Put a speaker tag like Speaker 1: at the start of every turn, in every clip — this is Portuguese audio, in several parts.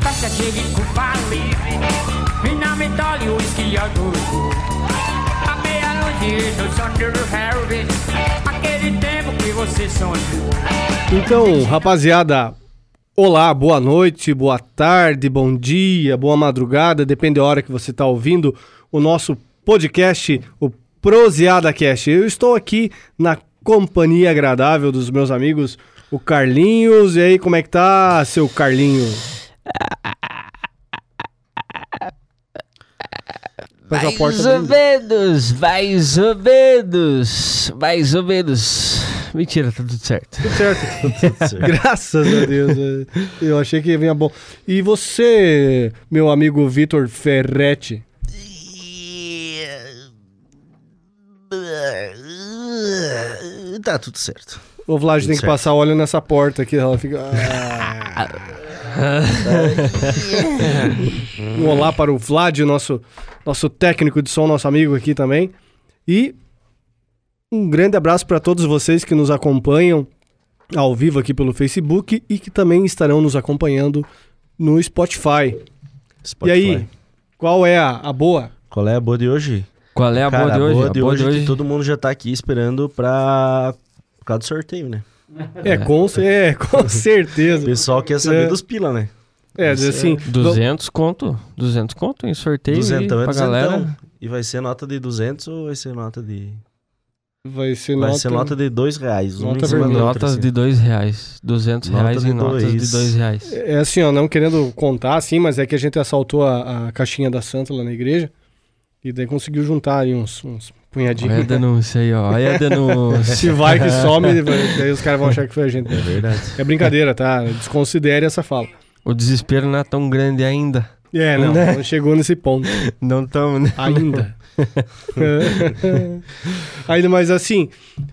Speaker 1: casa chega e culpa livre. Minha metade, uísque e adulto. A meia-noite no Thunder Harvey. Aquele tempo que você sonhou.
Speaker 2: Então, rapaziada, olá, boa noite, boa tarde, bom dia, boa madrugada, depende da hora que você está ouvindo o nosso podcast, o Proseada Cast. Eu estou aqui na companhia agradável dos meus amigos, o Carlinhos. E aí, como é que tá, seu Carlinho? Mas a porta então.
Speaker 3: Mais
Speaker 2: bem-
Speaker 3: ou menos, mais ou menos, mais ou menos. Mentira, tá tudo certo.
Speaker 2: Tudo certo. Graças a Deus. é. Eu achei que vinha bom. E você, meu amigo Vitor Ferretti?
Speaker 4: Tá tudo certo.
Speaker 2: O Vlad tem que
Speaker 4: certo.
Speaker 2: passar óleo nessa porta aqui. Ela fica. Ah. um olá para o Vlad, nosso, nosso técnico de som, nosso amigo aqui também. E um grande abraço para todos vocês que nos acompanham ao vivo aqui pelo Facebook e que também estarão nos acompanhando no Spotify. E aí, qual é a, a boa?
Speaker 4: Qual é a boa de hoje?
Speaker 3: Qual é a
Speaker 4: Cara,
Speaker 3: boa de hoje?
Speaker 4: é que todo mundo já tá aqui esperando pra... Por causa do sorteio, né?
Speaker 2: É, com, cer- é, com
Speaker 4: O
Speaker 2: certeza.
Speaker 4: pessoal quer saber
Speaker 2: É.
Speaker 4: dos pila, né?
Speaker 2: É, assim, do-
Speaker 3: 200 conto, 200 conto em sorteio
Speaker 4: 200,
Speaker 3: e
Speaker 4: é
Speaker 3: pra
Speaker 4: 200.
Speaker 3: galera.
Speaker 4: E vai ser nota de 200 ou vai ser nota de...
Speaker 2: vai ser
Speaker 4: Vai
Speaker 2: nota.
Speaker 4: ser nota de 2 reais. uma
Speaker 2: Nota
Speaker 4: em cima da
Speaker 2: vermelha.
Speaker 4: outra,
Speaker 3: Notas
Speaker 4: assim.
Speaker 3: de 2 reais, 200
Speaker 4: Nota
Speaker 3: reais
Speaker 4: de
Speaker 3: em notas
Speaker 4: dois.
Speaker 3: de 2 reais.
Speaker 2: É assim, ó, não querendo contar, assim, mas é que a gente assaltou a, a caixinha da Santa lá na igreja e daí conseguiu juntar aí uns, uns
Speaker 3: Olha a
Speaker 2: punhadinhos.
Speaker 3: denúncia aí, ó. Olha a
Speaker 2: Se
Speaker 3: denúncia.
Speaker 2: vai que some, vai- daí os caras vão achar que foi a gente.
Speaker 4: É verdade.
Speaker 2: É brincadeira, tá? Desconsidere essa fala.
Speaker 3: o desespero não é tão grande ainda.
Speaker 2: É, não,
Speaker 3: Né?
Speaker 2: não chegou nesse ponto.
Speaker 3: Não tão, né?
Speaker 2: Ainda. Ainda, mas assim,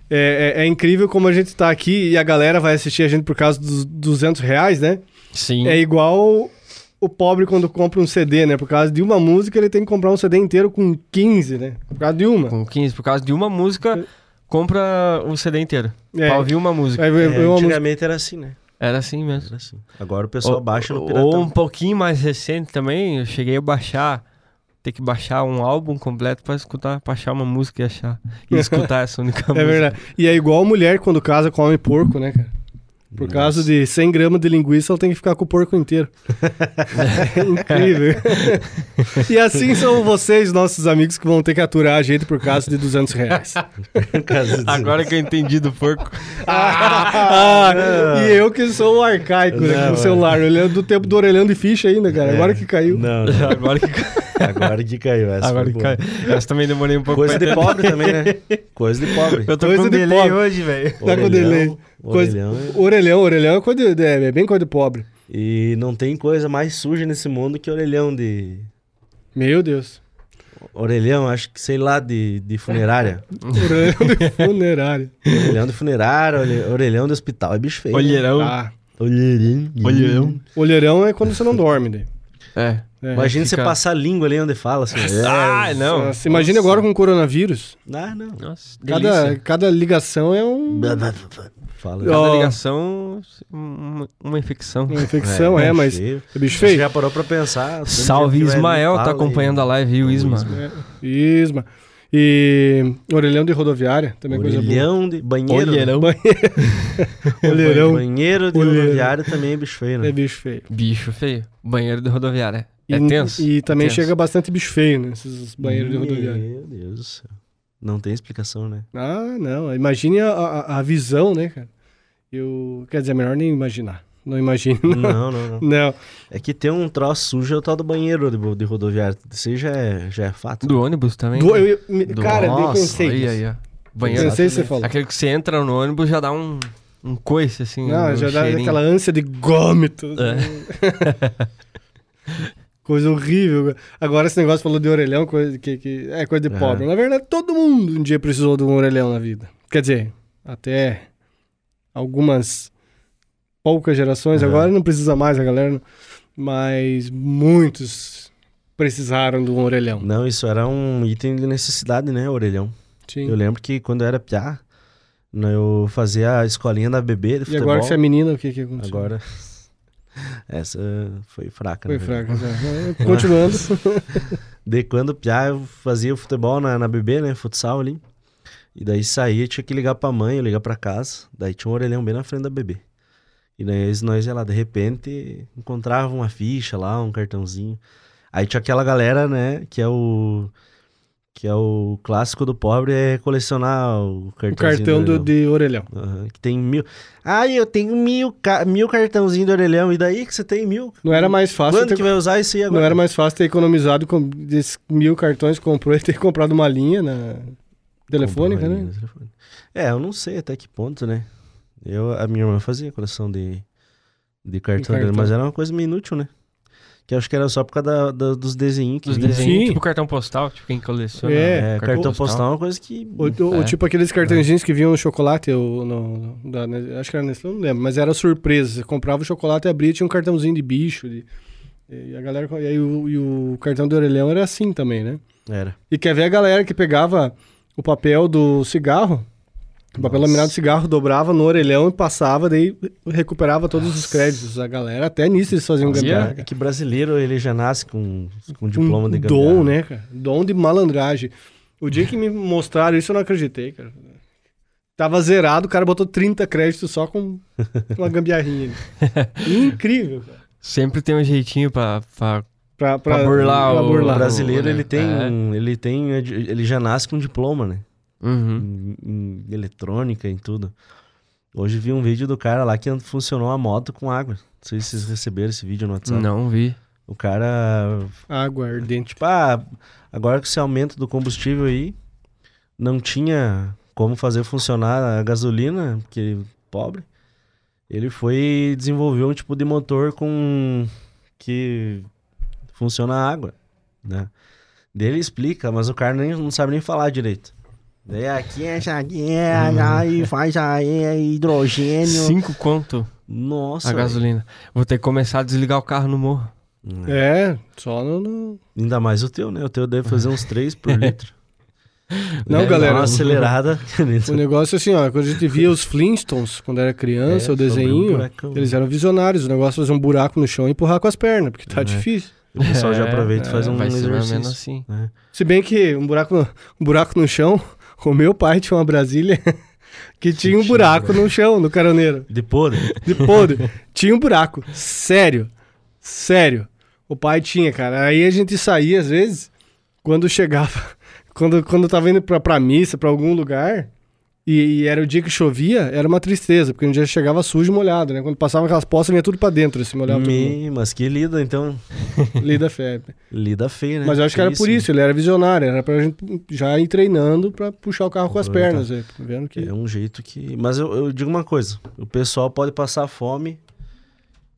Speaker 2: é, é- é incrível como a gente tá aqui e a galera vai assistir a gente por causa dos 200 reais, né?
Speaker 3: Sim.
Speaker 2: É igual o pobre quando compra um CD, né? Por causa de uma música, ele tem que comprar um CD inteiro com 15, né? Por causa de uma.
Speaker 3: Com 15, por causa de uma música, compra o CD inteiro.
Speaker 2: É.
Speaker 3: Pra ouvir uma música.
Speaker 2: Aí eu,
Speaker 4: É,
Speaker 2: eu,
Speaker 4: antigamente era assim, né?
Speaker 3: Era assim mesmo.
Speaker 4: Era assim. Agora o pessoal
Speaker 3: Ou-
Speaker 4: baixa no
Speaker 3: Ou um
Speaker 4: Piratão.
Speaker 3: pouquinho mais recente também, eu cheguei a baixar, ter que baixar um álbum completo pra escutar, pra achar uma música e achar. E escutar essa única música.
Speaker 2: é verdade. E é igual mulher quando casa come porco, né, cara? Por causa de 100 gramas de linguiça, ela tem que ficar com o porco inteiro. É incrível. e assim são vocês, nossos amigos, que vão ter que aturar a gente por causa de 200 reais.
Speaker 4: Por causa de-
Speaker 3: Agora que eu entendi do porco.
Speaker 2: Ah, e eu que sou o arcaico né,
Speaker 4: Não,
Speaker 2: com o
Speaker 4: mano.
Speaker 2: celular. Eu lembro do tempo do orelhão de ficha ainda, cara.
Speaker 4: É.
Speaker 2: Agora que caiu.
Speaker 4: Não, não.
Speaker 3: Agora que,
Speaker 4: Agora que caiu essa.
Speaker 3: agora
Speaker 4: foi
Speaker 3: que
Speaker 4: boa.
Speaker 3: cai. Essa também demorei um pouco pra
Speaker 4: Coisa de
Speaker 3: entender.
Speaker 4: pobre também, né? Coisa de pobre.
Speaker 3: Eu tô
Speaker 2: Coisa
Speaker 3: com um
Speaker 2: de
Speaker 3: delay
Speaker 2: pobre.
Speaker 3: hoje, velho.
Speaker 2: Tá com delay. Coisa-
Speaker 4: orelhão é-
Speaker 2: Orelhão, orelhão é, coisa de- é bem coisa de pobre.
Speaker 4: E não tem coisa mais suja nesse mundo que orelhão de.
Speaker 2: Meu Deus.
Speaker 4: Orelhão, acho que sei lá, de, de funerária.
Speaker 2: Orelhão de funerária.
Speaker 4: orelhão de funerária, orelhão, orelhão de hospital. É bicho feio. né?
Speaker 3: Olheirão.
Speaker 2: Ah,
Speaker 4: Olheirão.
Speaker 3: Olheirão.
Speaker 2: olheirão é quando você não dorme. daí.
Speaker 3: É.
Speaker 2: É.
Speaker 4: Imagina
Speaker 3: fica-
Speaker 4: você passar a língua ali onde fala. Assim,
Speaker 3: Ah, não.
Speaker 2: Nossa, imagina agora com o coronavírus.
Speaker 4: Ah, não.
Speaker 3: Nossa, delícia.
Speaker 2: Cada, cada ligação é um-
Speaker 4: Fala.
Speaker 2: Ó,
Speaker 3: Cada ligação, uma, uma infecção.
Speaker 2: uma infecção, é, mas.
Speaker 4: feio.
Speaker 2: É bicho
Speaker 4: Você
Speaker 2: feio.
Speaker 4: já parou pra pensar? todo
Speaker 3: Salve
Speaker 4: dia que vai ali,
Speaker 3: Ismael, tá
Speaker 4: fala e-
Speaker 3: acompanhando a live, viu, Isma?
Speaker 2: É, Isma. E orelhão de rodoviária também é coisa boa.
Speaker 4: Orelhão de banheiro. né?
Speaker 3: Olheirão.
Speaker 2: Olheirão
Speaker 4: Banheiro de
Speaker 2: Olheirão.
Speaker 4: rodoviária também é bicho feio, né?
Speaker 2: é bicho feio.
Speaker 3: Bicho feio. Banheiro de rodoviária. É
Speaker 2: e,
Speaker 3: tenso.
Speaker 2: E também
Speaker 3: tenso.
Speaker 2: chega bastante bicho feio, né? Esses banheiros de rodoviária.
Speaker 4: Meu Deus do céu. Não tem explicação, né?
Speaker 2: Ah, não. Imagine a, a- a visão, né, cara? Eu. Quer dizer, é melhor nem imaginar. Não imagino.
Speaker 4: Não, não, não.
Speaker 2: Não.
Speaker 4: É que tem um troço sujo é o tal do banheiro de, bo- de rodoviária. Isso aí já é, já é fato.
Speaker 3: Do ônibus também.
Speaker 2: Do- eu- me-
Speaker 3: Do-
Speaker 2: cara, eu
Speaker 4: Nossa,
Speaker 2: pensei.
Speaker 3: Aí,
Speaker 2: nisso.
Speaker 3: aí, ó.
Speaker 2: Eu
Speaker 3: Banheiro.
Speaker 2: pensei que você falou.
Speaker 3: Aquele que você entra no ônibus já dá um, um coice, assim.
Speaker 2: Não,
Speaker 4: é
Speaker 3: um
Speaker 2: já dá
Speaker 3: cheirinho.
Speaker 2: aquela ânsia de gômito.
Speaker 3: É.
Speaker 2: Coisa horrível. Agora esse negócio falou de orelhão, coisa que, que é coisa de
Speaker 4: É.
Speaker 2: pobre. Na verdade, todo mundo um dia precisou de um orelhão na vida. Quer dizer, até algumas poucas gerações,
Speaker 4: É.
Speaker 2: agora não precisa mais a galera, não- mas muitos precisaram de um orelhão.
Speaker 4: Não, isso era um item de necessidade, né, orelhão?
Speaker 2: Sim.
Speaker 4: Eu lembro que quando eu era piá, né, eu fazia a escolinha da bebê de
Speaker 2: E
Speaker 4: futebol.
Speaker 2: agora que você é menina, o que que aconteceu?
Speaker 4: Agora... Essa foi fraca. né?
Speaker 2: Foi
Speaker 4: na verdade.
Speaker 2: fraca. já. Continuando.
Speaker 4: De quando piá, eu fazia futebol na, na BB, né? Futsal ali. E daí saía, tinha que ligar pra mãe, eu ligar pra casa. Daí tinha um orelhão bem na frente da BB. E daí nós- nós ia lá, de repente, encontrava uma ficha lá, um cartãozinho. Aí tinha aquela galera, né? Que é o. Que é o clássico do pobre, é colecionar o
Speaker 2: o
Speaker 4: cartãozinho.
Speaker 2: cartão do,
Speaker 4: orelhão.
Speaker 2: de orelhão.
Speaker 4: Aham, que tem mil. Ah, eu tenho mil, ca- mil cartãozinho do orelhão. E daí que você tem mil?
Speaker 2: Não era mais fácil.
Speaker 4: Quando
Speaker 2: Ter,
Speaker 4: que vai usar isso aí
Speaker 2: não
Speaker 4: agora?
Speaker 2: era mais fácil ter economizado com desses mil cartões que comprou e ter comprado uma linha na telefônica,
Speaker 4: Companhia,
Speaker 2: né?
Speaker 4: telefônica. É, eu não sei até que ponto, né? Eu, a minha irmã fazia coleção de, de cartão, dela,
Speaker 2: cartão.
Speaker 4: mas era uma coisa meio inútil, né? Que acho que era só por causa da- da- dos desenhinhos que
Speaker 3: Dos
Speaker 4: vinha.
Speaker 2: Sim.
Speaker 3: desenhos, tipo cartão postal, tipo quem coleciona.
Speaker 2: É,
Speaker 4: É, cartão postal é uma coisa que.
Speaker 2: Ou, ou- ou
Speaker 3: É.
Speaker 2: tipo aqueles cartãozinhos que vinham no chocolate, ou no, da- né, acho que era Nestlé, não lembro, mas era surpresa. Você comprava o chocolate e abria, tinha um cartãozinho de bicho. de- e a galera. E, aí o, e o cartão de orelhão era assim também, né?
Speaker 4: Era.
Speaker 2: E quer ver a galera que pegava o papel do cigarro, o papel
Speaker 4: Nossa.
Speaker 2: laminado do cigarro, dobrava no orelhão e passava, daí recuperava todos os créditos. A galera, até nisso eles faziam
Speaker 4: Mas,
Speaker 2: gambiarra.
Speaker 4: cara,
Speaker 2: cara.
Speaker 4: é que brasileiro ele já nasce com, com
Speaker 2: Um
Speaker 4: diploma de gambiarra.
Speaker 2: dom, né, cara? Dom de malandragem. O dia que me mostraram isso, eu não acreditei, cara. Tava zerado, o cara botou 30 créditos só com uma gambiarrinha. ali. Incrível, cara.
Speaker 3: Sempre tem um jeitinho pra, pra
Speaker 2: Pra,
Speaker 3: Pra burlar
Speaker 2: pra
Speaker 3: o-
Speaker 4: O
Speaker 2: burlar.
Speaker 4: brasileiro ele tem,
Speaker 3: É.
Speaker 4: um- ele tem, ele já nasce com diploma, né?
Speaker 3: Uhum.
Speaker 4: em, em eletrônica, em tudo. Hoje vi um vídeo do cara lá que funcionou a moto com água. Não sei se vocês receberam esse vídeo no WhatsApp.
Speaker 3: Não vi.
Speaker 4: O cara,
Speaker 2: Água ardente.
Speaker 4: tipo, ah, agora com esse aumento do combustível aí, não tinha como fazer funcionar a gasolina, porque pobre. Ele foi e desenvolveu um tipo de motor com que funciona a água, né? Dele explica, mas o cara nem, não sabe nem falar direito. Daí aqui é chaguinha, aí faz aí é hidrogênio.
Speaker 3: Cinco conto
Speaker 4: Nossa.
Speaker 3: a gasolina. Vou ter que começar a desligar o carro no morro.
Speaker 4: velho.
Speaker 2: É, só no. no-
Speaker 4: Ainda mais o teu, né? O teu deve fazer uns 3 por litro.
Speaker 2: Não,
Speaker 4: Deve
Speaker 2: galera,
Speaker 4: Dar uma acelerada.
Speaker 2: O negócio é assim, ó. Quando a gente via os Flintstones, quando era criança,
Speaker 4: É,
Speaker 2: o
Speaker 4: sobre um
Speaker 2: desenho,
Speaker 4: buracão.
Speaker 2: eles eram visionários. O negócio é fazer um buraco no chão e empurrar com as pernas, porque tá
Speaker 4: É.
Speaker 2: difícil.
Speaker 4: O pessoal já aproveita e faz um
Speaker 3: É, vai ser mais ou
Speaker 4: exercício.
Speaker 3: menos assim.
Speaker 4: né?
Speaker 2: Se bem que um buraco no, um buraco no chão, o meu pai tinha uma Brasília que tinha um
Speaker 4: Tinha
Speaker 2: buraco no chão, no caroneiro.
Speaker 4: De podre.
Speaker 2: De podre. tinha um buraco. Sério. Sério. O pai tinha, cara. Aí a gente saía, às vezes, quando chegava. Quando, quando eu tava indo pra, pra missa, pra algum lugar, e, e era o dia que chovia, era uma tristeza, porque um dia chegava sujo e molhado, né? Quando passava aquelas poças, vinha tudo pra dentro, assim, molhava tudo.
Speaker 4: Me- Mas que lida, então.
Speaker 2: Lida febre.
Speaker 4: Lida feio, né?
Speaker 2: Mas eu acho que era por isso, ele era visionário, era pra gente já ir treinando pra puxar o carro com as
Speaker 4: Aproveitar.
Speaker 2: pernas, é, tá vendo que...
Speaker 4: É um jeito que. Mas eu, eu digo uma coisa: o pessoal pode passar fome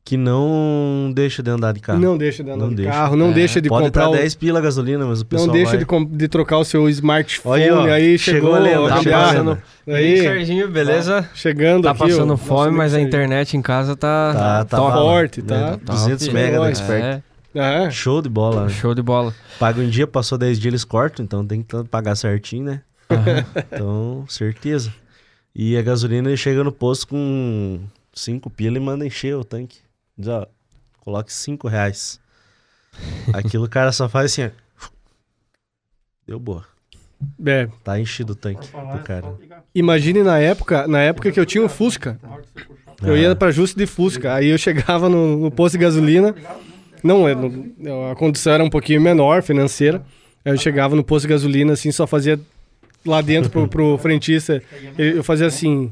Speaker 4: que não deixa de andar de carro.
Speaker 2: Não deixa de andar
Speaker 4: Não
Speaker 2: de
Speaker 4: deixa.
Speaker 2: carro, não
Speaker 3: É,
Speaker 2: deixa de
Speaker 4: pode
Speaker 2: comprar
Speaker 4: estar
Speaker 2: o...
Speaker 4: 10 pila a gasolina, mas o pessoal.
Speaker 2: Não deixa
Speaker 4: vai. Tá,
Speaker 2: de, com- de trocar o seu smartphone,
Speaker 4: Olha aí, ó,
Speaker 2: aí
Speaker 4: chegou
Speaker 2: chegou,
Speaker 4: a lenda,
Speaker 2: a
Speaker 4: tá
Speaker 2: gambiarra.
Speaker 4: passando-
Speaker 3: Aí,
Speaker 2: aí,
Speaker 3: Serginho, beleza?
Speaker 2: chegando
Speaker 3: Tá
Speaker 2: aqui, ó,
Speaker 3: passando
Speaker 2: nosso
Speaker 3: fome,
Speaker 4: é
Speaker 3: mas a
Speaker 2: mixer.
Speaker 3: internet em casa tá,
Speaker 4: Tá, tá
Speaker 3: top.
Speaker 4: bala.
Speaker 2: forte,
Speaker 4: É,
Speaker 2: tá?
Speaker 4: 200
Speaker 3: Top.
Speaker 4: mega
Speaker 2: É.
Speaker 4: da
Speaker 2: Nóis.
Speaker 4: expert.
Speaker 2: Ah,
Speaker 4: Show de bola.
Speaker 3: É,
Speaker 4: né?
Speaker 3: show de bola.
Speaker 4: Paga um dia, passou 10 dias, eles cortam, então tem que t- pagar certinho, né? então, certeza. E a gasolina ele chega no posto com 5 pila e manda encher o tanque. Diz, ó, coloque 5 reais. Aquilo o cara só faz assim, ó. Deu boa.
Speaker 2: é.
Speaker 4: Tá enchido o tanque do cara.
Speaker 2: Imagine na época, na época que eu tinha um Fusca, eu
Speaker 4: Ah.
Speaker 2: ia pra Justo de Fusca, aí eu chegava no, no posto de gasolina, não, eu não- a condição era um pouquinho menor, financeira, aí eu chegava no posto de gasolina, assim, só fazia lá dentro pro, pro frentista, eu eu fazia assim,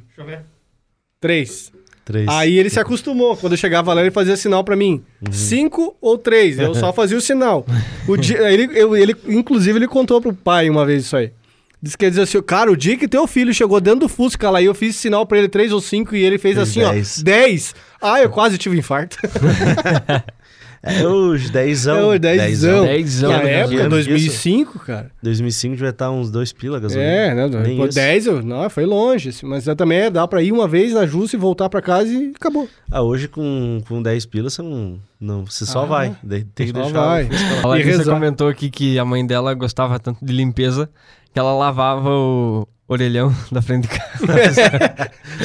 Speaker 2: três.
Speaker 4: Três.
Speaker 2: Aí ele se acostumou, quando eu chegava lá ele fazia sinal pra mim,
Speaker 4: Uhum.
Speaker 2: cinco ou três, eu só fazia o sinal. O dia, aí ele, eu- ele, inclusive ele contou pro pai uma vez isso aí. Diz que ele dizia assim, cara, o dia que teu filho chegou dentro do Fusca lá e eu fiz sinal pra ele três ou cinco e ele fez
Speaker 4: Fez
Speaker 2: assim,
Speaker 4: dez.
Speaker 2: ó, 10. Ah, eu quase tive infarto.
Speaker 4: É os
Speaker 2: É
Speaker 4: dezão.
Speaker 2: os dezão. Não,
Speaker 3: Dezão. né?
Speaker 2: Na
Speaker 4: ano, que
Speaker 2: época,
Speaker 4: ano
Speaker 2: 2005, cara.
Speaker 4: 2005 devia estar uns 2 pila a gasolina.
Speaker 2: É, né?
Speaker 4: Nem
Speaker 2: Pô,
Speaker 4: isso.
Speaker 2: 10, eu- não, foi longe. assim, Mas é também é, dá pra ir uma vez na Justa e voltar pra casa e acabou.
Speaker 4: Ah, hoje com, com 10 pila você não, não. Você só
Speaker 2: Ah.
Speaker 4: vai. Daí Tem que
Speaker 2: Só
Speaker 4: deixar.
Speaker 2: vai.
Speaker 3: A Larissa
Speaker 2: E reza-
Speaker 3: comentou aqui que a mãe dela gostava tanto de limpeza que ela lavava o orelhão da frente de casa.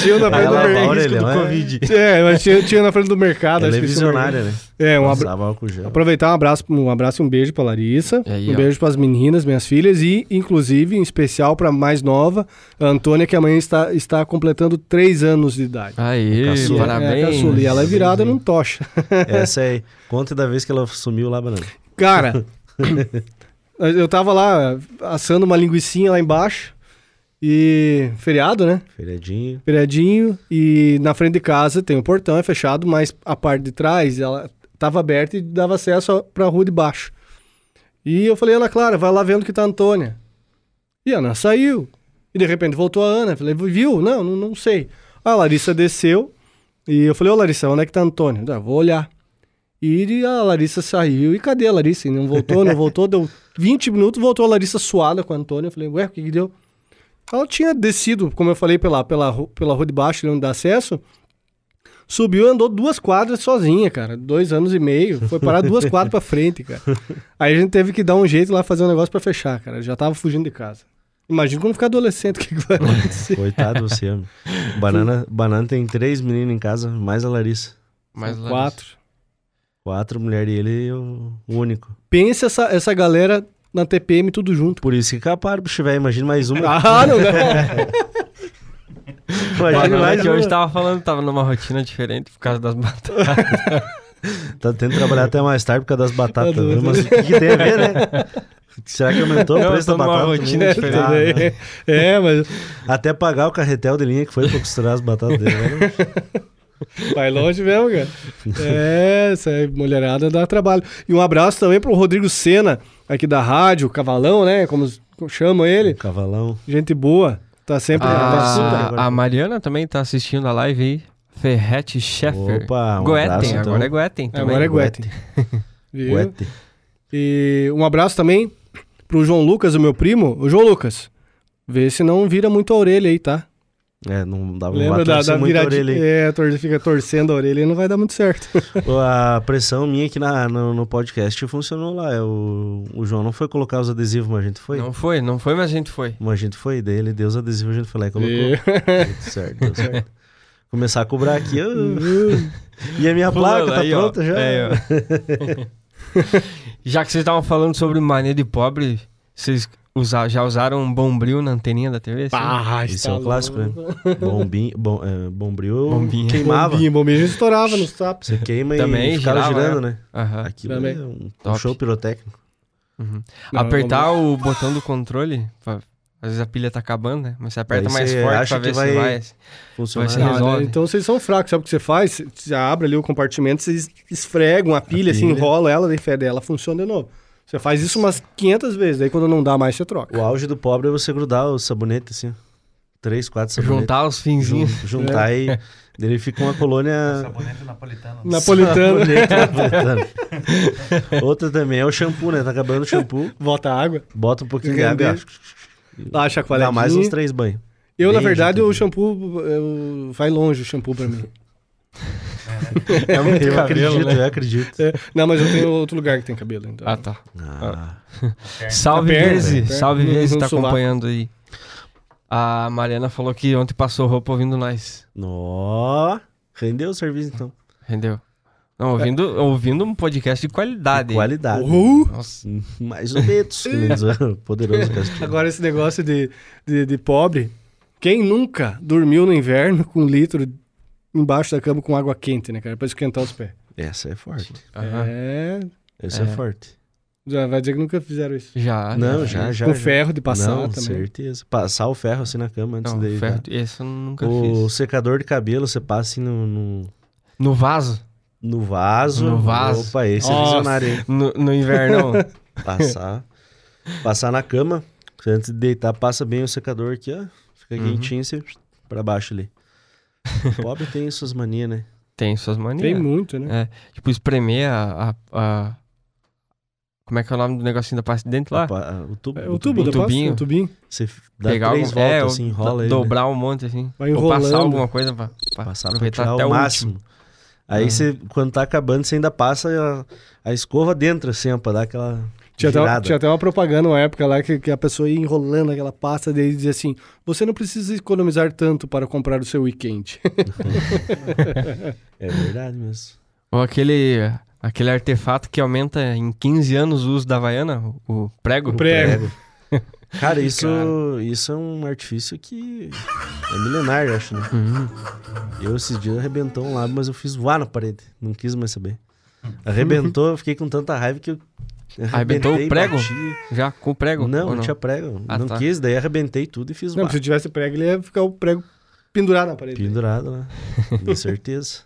Speaker 2: Tinha na
Speaker 4: Vai
Speaker 2: frente do
Speaker 4: lavar
Speaker 2: mercado.
Speaker 4: o orelhão, é.
Speaker 2: É, mas tinha, tinha na frente do mercado.
Speaker 4: Ela
Speaker 2: acho
Speaker 4: é
Speaker 2: que isso
Speaker 4: visionária, né?
Speaker 2: É, um abra...
Speaker 4: Usava álcool gel.
Speaker 2: aproveitar um abraço, um abraço e um beijo pra Larissa.
Speaker 3: E aí,
Speaker 2: um
Speaker 3: ó.
Speaker 2: beijo pras meninas, minhas filhas. E, inclusive, em especial pra mais nova, a Antônia, que amanhã está, está completando 3 anos de
Speaker 4: Ah,
Speaker 2: idade.
Speaker 3: Aí,
Speaker 4: Caçula.
Speaker 2: É, a
Speaker 3: parabéns.
Speaker 2: caçula. e ela é virada num tocha.
Speaker 4: Essa aí. Conta da vez que ela sumiu lá, banana.
Speaker 2: Cara, eu tava lá assando uma linguiçinha lá embaixo. E feriado, né?
Speaker 4: Feriadinho.
Speaker 2: Feriadinho e na frente de casa tem um portão, é fechado, mas a parte de trás ela tava aberta e dava acesso pra rua de baixo. E eu falei, Ana Clara, vai lá vendo que tá a Antônia. E a Ana saiu. E de repente voltou a Ana. Falei, viu? Não, não, não sei. A Larissa desceu e eu falei, ô Larissa, onde é que tá a Antônia? Ah, vou olhar. E "Ah, a Larissa saiu. E cadê a Larissa? E não voltou, não voltou. Deu 20 minutos, voltou a Larissa suada com a Antônia. Eu falei, ué, o que que deu? Ela tinha descido, como eu falei, pela, pela, ru- pela rua de baixo, ali onde dá acesso. Subiu e andou duas quadras sozinha, cara. Dois anos e meio. Foi parar duas quadras pra frente, cara. Aí a gente teve que dar um jeito lá fazer um negócio pra fechar, cara. Já tava fugindo de casa. Imagina quando ficar adolescente, o que, que vai acontecer?
Speaker 4: Coitado de você, amigo. Banana, banana tem três meninos em casa, mais a Larissa.
Speaker 3: Mais lá
Speaker 2: é Quatro.
Speaker 4: Quatro mulheres e ele o o único.
Speaker 2: Pensa essa, essa galera na TPM tudo junto.
Speaker 4: Por isso que caparam, bicho, velho. Imagina mais uma.
Speaker 2: Ah, não dá.
Speaker 4: Imagina
Speaker 3: Banana
Speaker 4: mais
Speaker 3: que hoje
Speaker 4: uma.
Speaker 3: tava falando, tava numa rotina diferente por causa das batalhas.
Speaker 4: Tá tendo que trabalhar até mais tarde por causa das batatas.
Speaker 2: Tá doido.
Speaker 4: Mas o que, que tem a ver, né? Será que aumentou o
Speaker 3: Não,
Speaker 4: preço
Speaker 3: eu
Speaker 4: da
Speaker 3: tô numa
Speaker 4: batata?
Speaker 3: rotina
Speaker 4: também?
Speaker 3: diferente.
Speaker 4: Ah, né?
Speaker 2: é, mas
Speaker 4: Até pagar o carretel de linha que foi pra costurar as batatas dele. né?
Speaker 2: Vai longe mesmo, cara. É, essa mulherada dá trabalho. E um abraço também pro Rodrigo Sena, aqui da rádio, Cavalão, né? Como s- como chamam ele.
Speaker 4: Um Cavalão.
Speaker 2: Gente boa. Tá sempre.
Speaker 4: Ah,
Speaker 2: tá
Speaker 4: agora.
Speaker 3: A, a Mariana também tá assistindo a live aí. Ferrete Sheffer.
Speaker 4: Opa, um
Speaker 3: Goetten,
Speaker 4: abraço, então.
Speaker 3: É, agora é Goetten
Speaker 2: super-
Speaker 3: também.
Speaker 2: Agora é Guete. Viu?
Speaker 4: Guete.
Speaker 2: E um abraço também pro João Lucas, o meu primo. Ô, João Lucas, vê se não vira muito a orelha aí, tá?
Speaker 4: É, não dá
Speaker 2: Lembra da,
Speaker 4: pra
Speaker 2: da
Speaker 4: torcer assim muito a orelha
Speaker 2: viradinha?
Speaker 4: aí.
Speaker 2: É, tor- fica torcendo a orelha e não vai dar muito certo.
Speaker 4: A pressão minha aqui na, no, no podcast funcionou lá. É, O, o João não foi colocar os adesivos, mas a gente foi.
Speaker 3: Não foi, não foi, mas a gente foi.
Speaker 4: Mas a gente foi, daí ele deu os adesivos, a gente foi lá e colocou.
Speaker 2: E-
Speaker 4: Deu certo, deu certo. Começar a cobrar aqui. eu- E a minha
Speaker 3: Fulano,
Speaker 4: placa tá
Speaker 3: aí, ó.
Speaker 4: pronta já?
Speaker 3: É, ó. já que vocês estavam falando sobre mania de pobre, vocês usa- já usaram um bombril na anteninha da TV? assim?
Speaker 2: Ah,
Speaker 4: Esse
Speaker 2: está
Speaker 4: é um clássico, né?
Speaker 2: louco.
Speaker 4: Bombinho, bom, é, bombril
Speaker 3: Bombinha.
Speaker 4: queimava.
Speaker 2: Bombinha, bombinha estourava nos sapos.
Speaker 4: Você queima
Speaker 3: Também
Speaker 4: e ficava
Speaker 3: girava,
Speaker 4: girando, né?
Speaker 3: Aham.
Speaker 4: Aquilo
Speaker 2: Também.
Speaker 4: é um
Speaker 3: Top.
Speaker 4: show pirotécnico.
Speaker 2: Não,
Speaker 3: Apertar o botão do controle, pra- às vezes a pilha tá acabando, né? Mas você aperta
Speaker 4: Aí
Speaker 3: mais
Speaker 4: você
Speaker 3: forte
Speaker 4: acha
Speaker 3: pra ver
Speaker 4: que vai-
Speaker 3: se vai. assim.
Speaker 4: Funciona.
Speaker 3: Vai ser
Speaker 2: Ah, né?
Speaker 3: resolve.
Speaker 2: Então vocês são fracos, sabe o que você faz? Você- Você abre ali o compartimento, vocês esfregam a pilha, assim,
Speaker 4: pilha.
Speaker 2: enrola ela, daí fede ela, funciona de novo. Você faz isso umas 500 vezes, daí quando não dá mais, você troca.
Speaker 4: O auge do pobre é você grudar o sabonete, assim. ó. Três, quatro sabonetes.
Speaker 3: Juntar É. os
Speaker 4: Jun-
Speaker 3: finzinhos.
Speaker 4: juntar e dele fica uma colônia
Speaker 5: Sabonete napolitano.
Speaker 2: Napolitano,
Speaker 4: Sabonete napolitano. Outra também é o shampoo, né? Tá acabando o shampoo,
Speaker 2: bota água,
Speaker 4: bota um pouquinho de água,
Speaker 2: Render. dá uma
Speaker 4: ó,
Speaker 2: chacoalhadinha.
Speaker 4: dá mais uns três né? banhos.
Speaker 2: Eu, na
Speaker 4: Bem
Speaker 2: verdade,
Speaker 4: junto.
Speaker 2: o shampoo eu- vai longe, o shampoo pra mim.
Speaker 3: É muito
Speaker 4: Eu
Speaker 3: cabelo,
Speaker 4: acredito,
Speaker 3: né?
Speaker 4: eu acredito.
Speaker 2: É, não, mas eu tenho outro lugar que tem cabelo, então.
Speaker 3: Ah, tá.
Speaker 4: Ah,
Speaker 3: Salve,
Speaker 2: Na perna,
Speaker 3: Vese.
Speaker 2: perna.
Speaker 3: Salve,
Speaker 2: No-
Speaker 3: Vese,
Speaker 2: no
Speaker 3: tá
Speaker 2: sovaco.
Speaker 3: acompanhando aí. A Mariana falou que ontem passou roupa ouvindo nós.
Speaker 4: nó. Rendeu o serviço, então.
Speaker 3: Entendeu? Não, ouvindo, ouvindo um podcast de qualidade. hein?
Speaker 4: Qualidade.
Speaker 2: Uhul!
Speaker 3: Nossa.
Speaker 4: Mais ou menos. que nem diz o Poderoso Castilho.
Speaker 2: Agora esse negócio de, de, de pobre, quem nunca dormiu no inverno com um litro embaixo da cama com água quente, né, cara? Pra esquentar os pés.
Speaker 4: Essa é forte.
Speaker 3: Aham.
Speaker 2: É,
Speaker 4: Essa é, forte.
Speaker 2: Já vai dizer que nunca fizeram isso.
Speaker 3: Ah, Já.
Speaker 4: não, já, já.
Speaker 2: Com
Speaker 4: já.
Speaker 2: ferro de passar
Speaker 4: Não,
Speaker 2: também.
Speaker 4: certeza. Passar o ferro assim na cama antes
Speaker 3: Não,
Speaker 4: dele.
Speaker 3: ferro, esse eu nunca
Speaker 4: O
Speaker 3: fiz.
Speaker 4: secador de cabelo, você passa assim no, no,
Speaker 3: No vaso?
Speaker 4: no vaso.
Speaker 3: No vaso.
Speaker 4: Opa, esse é
Speaker 2: Nossa.
Speaker 4: visionário, hein?
Speaker 3: No, no inverno.
Speaker 4: Passar. passar na cama. Você antes de deitar, passa bem o secador aqui, ó. Fica
Speaker 3: Uhum.
Speaker 4: quentinho você pra baixo ali. O pobre tem suas manias, né?
Speaker 3: Tem suas manias.
Speaker 2: Tem muito, né?
Speaker 3: Tipo, espremer a, a- a- Como é que é o nome do negocinho da pasta de dentro lá?
Speaker 4: Pa- O tubo.
Speaker 2: É, o tubo da pasta,
Speaker 3: tubinho.
Speaker 2: o tubinho.
Speaker 4: Você f- dá três
Speaker 3: algum- é,
Speaker 4: voltas, assim, enrola ele. né?
Speaker 3: Dobrar um monte assim.
Speaker 2: Vai
Speaker 3: Ou passar
Speaker 2: enrolando.
Speaker 3: alguma coisa pra, pra
Speaker 4: Passar pra
Speaker 3: aproveitar
Speaker 4: tirar
Speaker 3: até
Speaker 4: o
Speaker 3: o
Speaker 4: máximo. Aí
Speaker 3: Ah.
Speaker 4: você, quando tá acabando, você ainda passa a, a escova dentro, assim, ó, pra dar aquela.
Speaker 2: Tinha até, uma-
Speaker 4: Girada.
Speaker 2: tinha até uma propaganda uma época lá que, que a pessoa ia enrolando aquela pasta dele e dizia assim: Você não precisa economizar tanto para comprar o seu weekend.
Speaker 4: É verdade mesmo.
Speaker 3: Ou aquele, aquele artefato que aumenta em 15 anos o uso da Havaiana, o o prego.
Speaker 2: O prego.
Speaker 4: É. Cara, isso, isso é um artifício que é milenário, eu acho, né? Eu esses dias arrebentou um lábio, mas eu fiz voar na parede. Não quis mais saber. Arrebentou, eu fiquei com tanta raiva que eu.
Speaker 3: Arrebentou o
Speaker 4: arrebentei,
Speaker 3: prego?
Speaker 4: bati.
Speaker 3: Já com o prego?
Speaker 4: Não,
Speaker 3: ou
Speaker 4: não, tinha prego.
Speaker 3: Ah,
Speaker 4: não
Speaker 3: tá.
Speaker 4: quis, daí arrebentei tudo e fiz
Speaker 2: Não,
Speaker 4: voar.
Speaker 2: se tivesse prego, ele ia ficar o prego pendurado na parede.
Speaker 4: Pendurado, né? Com certeza.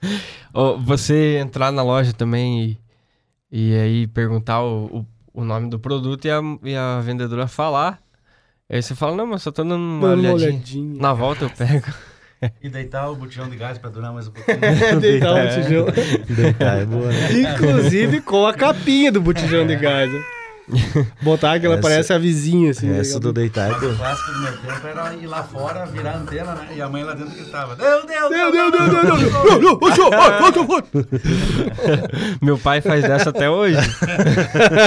Speaker 3: Ou você entrar na loja também e, e aí perguntar o, o, o nome do produto e a, e a vendedora falar. Aí você fala, não, mas só tô dando uma
Speaker 2: Dando uma
Speaker 3: olhadinha.
Speaker 2: olhadinha.
Speaker 3: Na volta eu pego.
Speaker 5: E deitar o botijão de gás pra durar mais um pouquinho.
Speaker 2: É, Deitar um o
Speaker 4: é.
Speaker 2: botijão.
Speaker 4: Deitar é boa, né?
Speaker 2: Inclusive com a capinha do botijão de gás. né? Botar aquela
Speaker 4: Essa-
Speaker 2: parece a vizinha, assim. né?
Speaker 4: Essa do deitar é
Speaker 5: Mas o
Speaker 4: boa.
Speaker 5: clássico do meu tempo era ir lá fora, virar a antena, né? E a mãe lá dentro gritava: Deu, deu, deu,
Speaker 2: Meu Deus, meu Deus, meu Deus, meu Deus, meu Deus, meu Deus, meu Deus, meu Deus.
Speaker 3: Meu pai faz dessa até hoje.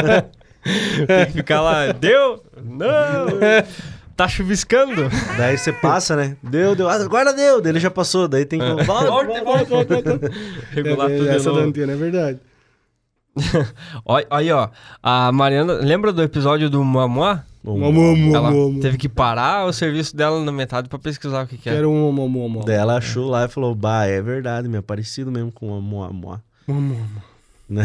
Speaker 3: Tem que ficar lá, deu? Não! Tá chuviscando?
Speaker 4: Daí você passa, né? Deu, deu. Ah, Agora deu. Daí ele já passou. Daí tem que. Volta.
Speaker 3: Volta, volta, volta, volta. Regular
Speaker 2: É,
Speaker 3: tudo de
Speaker 2: Essa da
Speaker 3: novo.
Speaker 2: antena é verdade.
Speaker 3: Olha aí, ó. A Mariana, lembra do episódio do Mamuá?
Speaker 2: Momo,
Speaker 3: Ela
Speaker 2: momo, momo.
Speaker 3: teve que parar o serviço dela na metade pra pesquisar o que, que era.
Speaker 2: Quero um momo, momo.
Speaker 4: Daí ela achou lá e falou: Bah, é verdade, meu. É parecido mesmo com o Moa Moa. Né?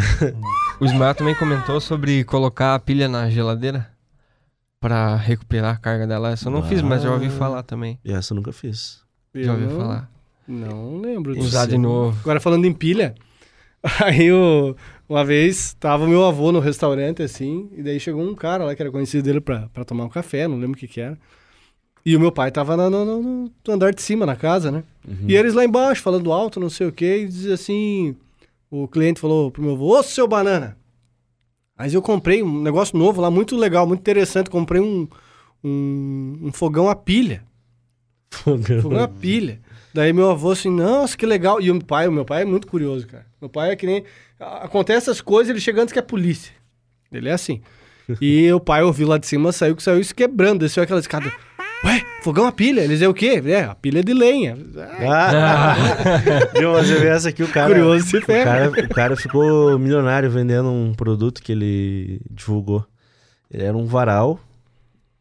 Speaker 3: O Ismael também comentou sobre colocar a pilha na geladeira pra recuperar a carga dela. Essa eu não fiz, mas já ouvi falar também.
Speaker 4: E essa eu nunca fiz.
Speaker 2: Eu
Speaker 3: Já ouvi
Speaker 2: não-
Speaker 3: falar.
Speaker 2: Não lembro disso.
Speaker 3: Usar de novo.
Speaker 2: Agora falando em pilha, aí o- uma vez tava meu avô no restaurante assim, e daí chegou um cara lá que era conhecido dele pra, pra tomar um café, não lembro o que que era. E o meu pai tava na- no, no- no- no andar de cima, na casa, né? E eles lá embaixo, falando alto, não sei o quê, e dizia assim: o cliente falou pro meu avô, ô seu banana, mas eu comprei um negócio novo lá, muito legal, muito interessante, comprei um- um, um fogão a pilha. Fogão a pilha. Daí meu avô assim, nossa, que legal. E o meu pai, o meu pai é muito curioso, cara. Meu pai é que nem. a- Acontece essas coisas, ele chega antes que a polícia. Ele é assim. E o pai ouviu lá de cima, saiu que saiu se quebrando, desceu aquela escada. Ué, fogão a pilha? Eles é o quê? É, a pilha de lenha. Ah,
Speaker 4: Ah, viu? Mas eu vi essa aqui, o cara.
Speaker 2: Curioso se
Speaker 4: o
Speaker 2: ferra.
Speaker 4: cara, o cara ficou milionário vendendo um produto que ele divulgou. Era um varal.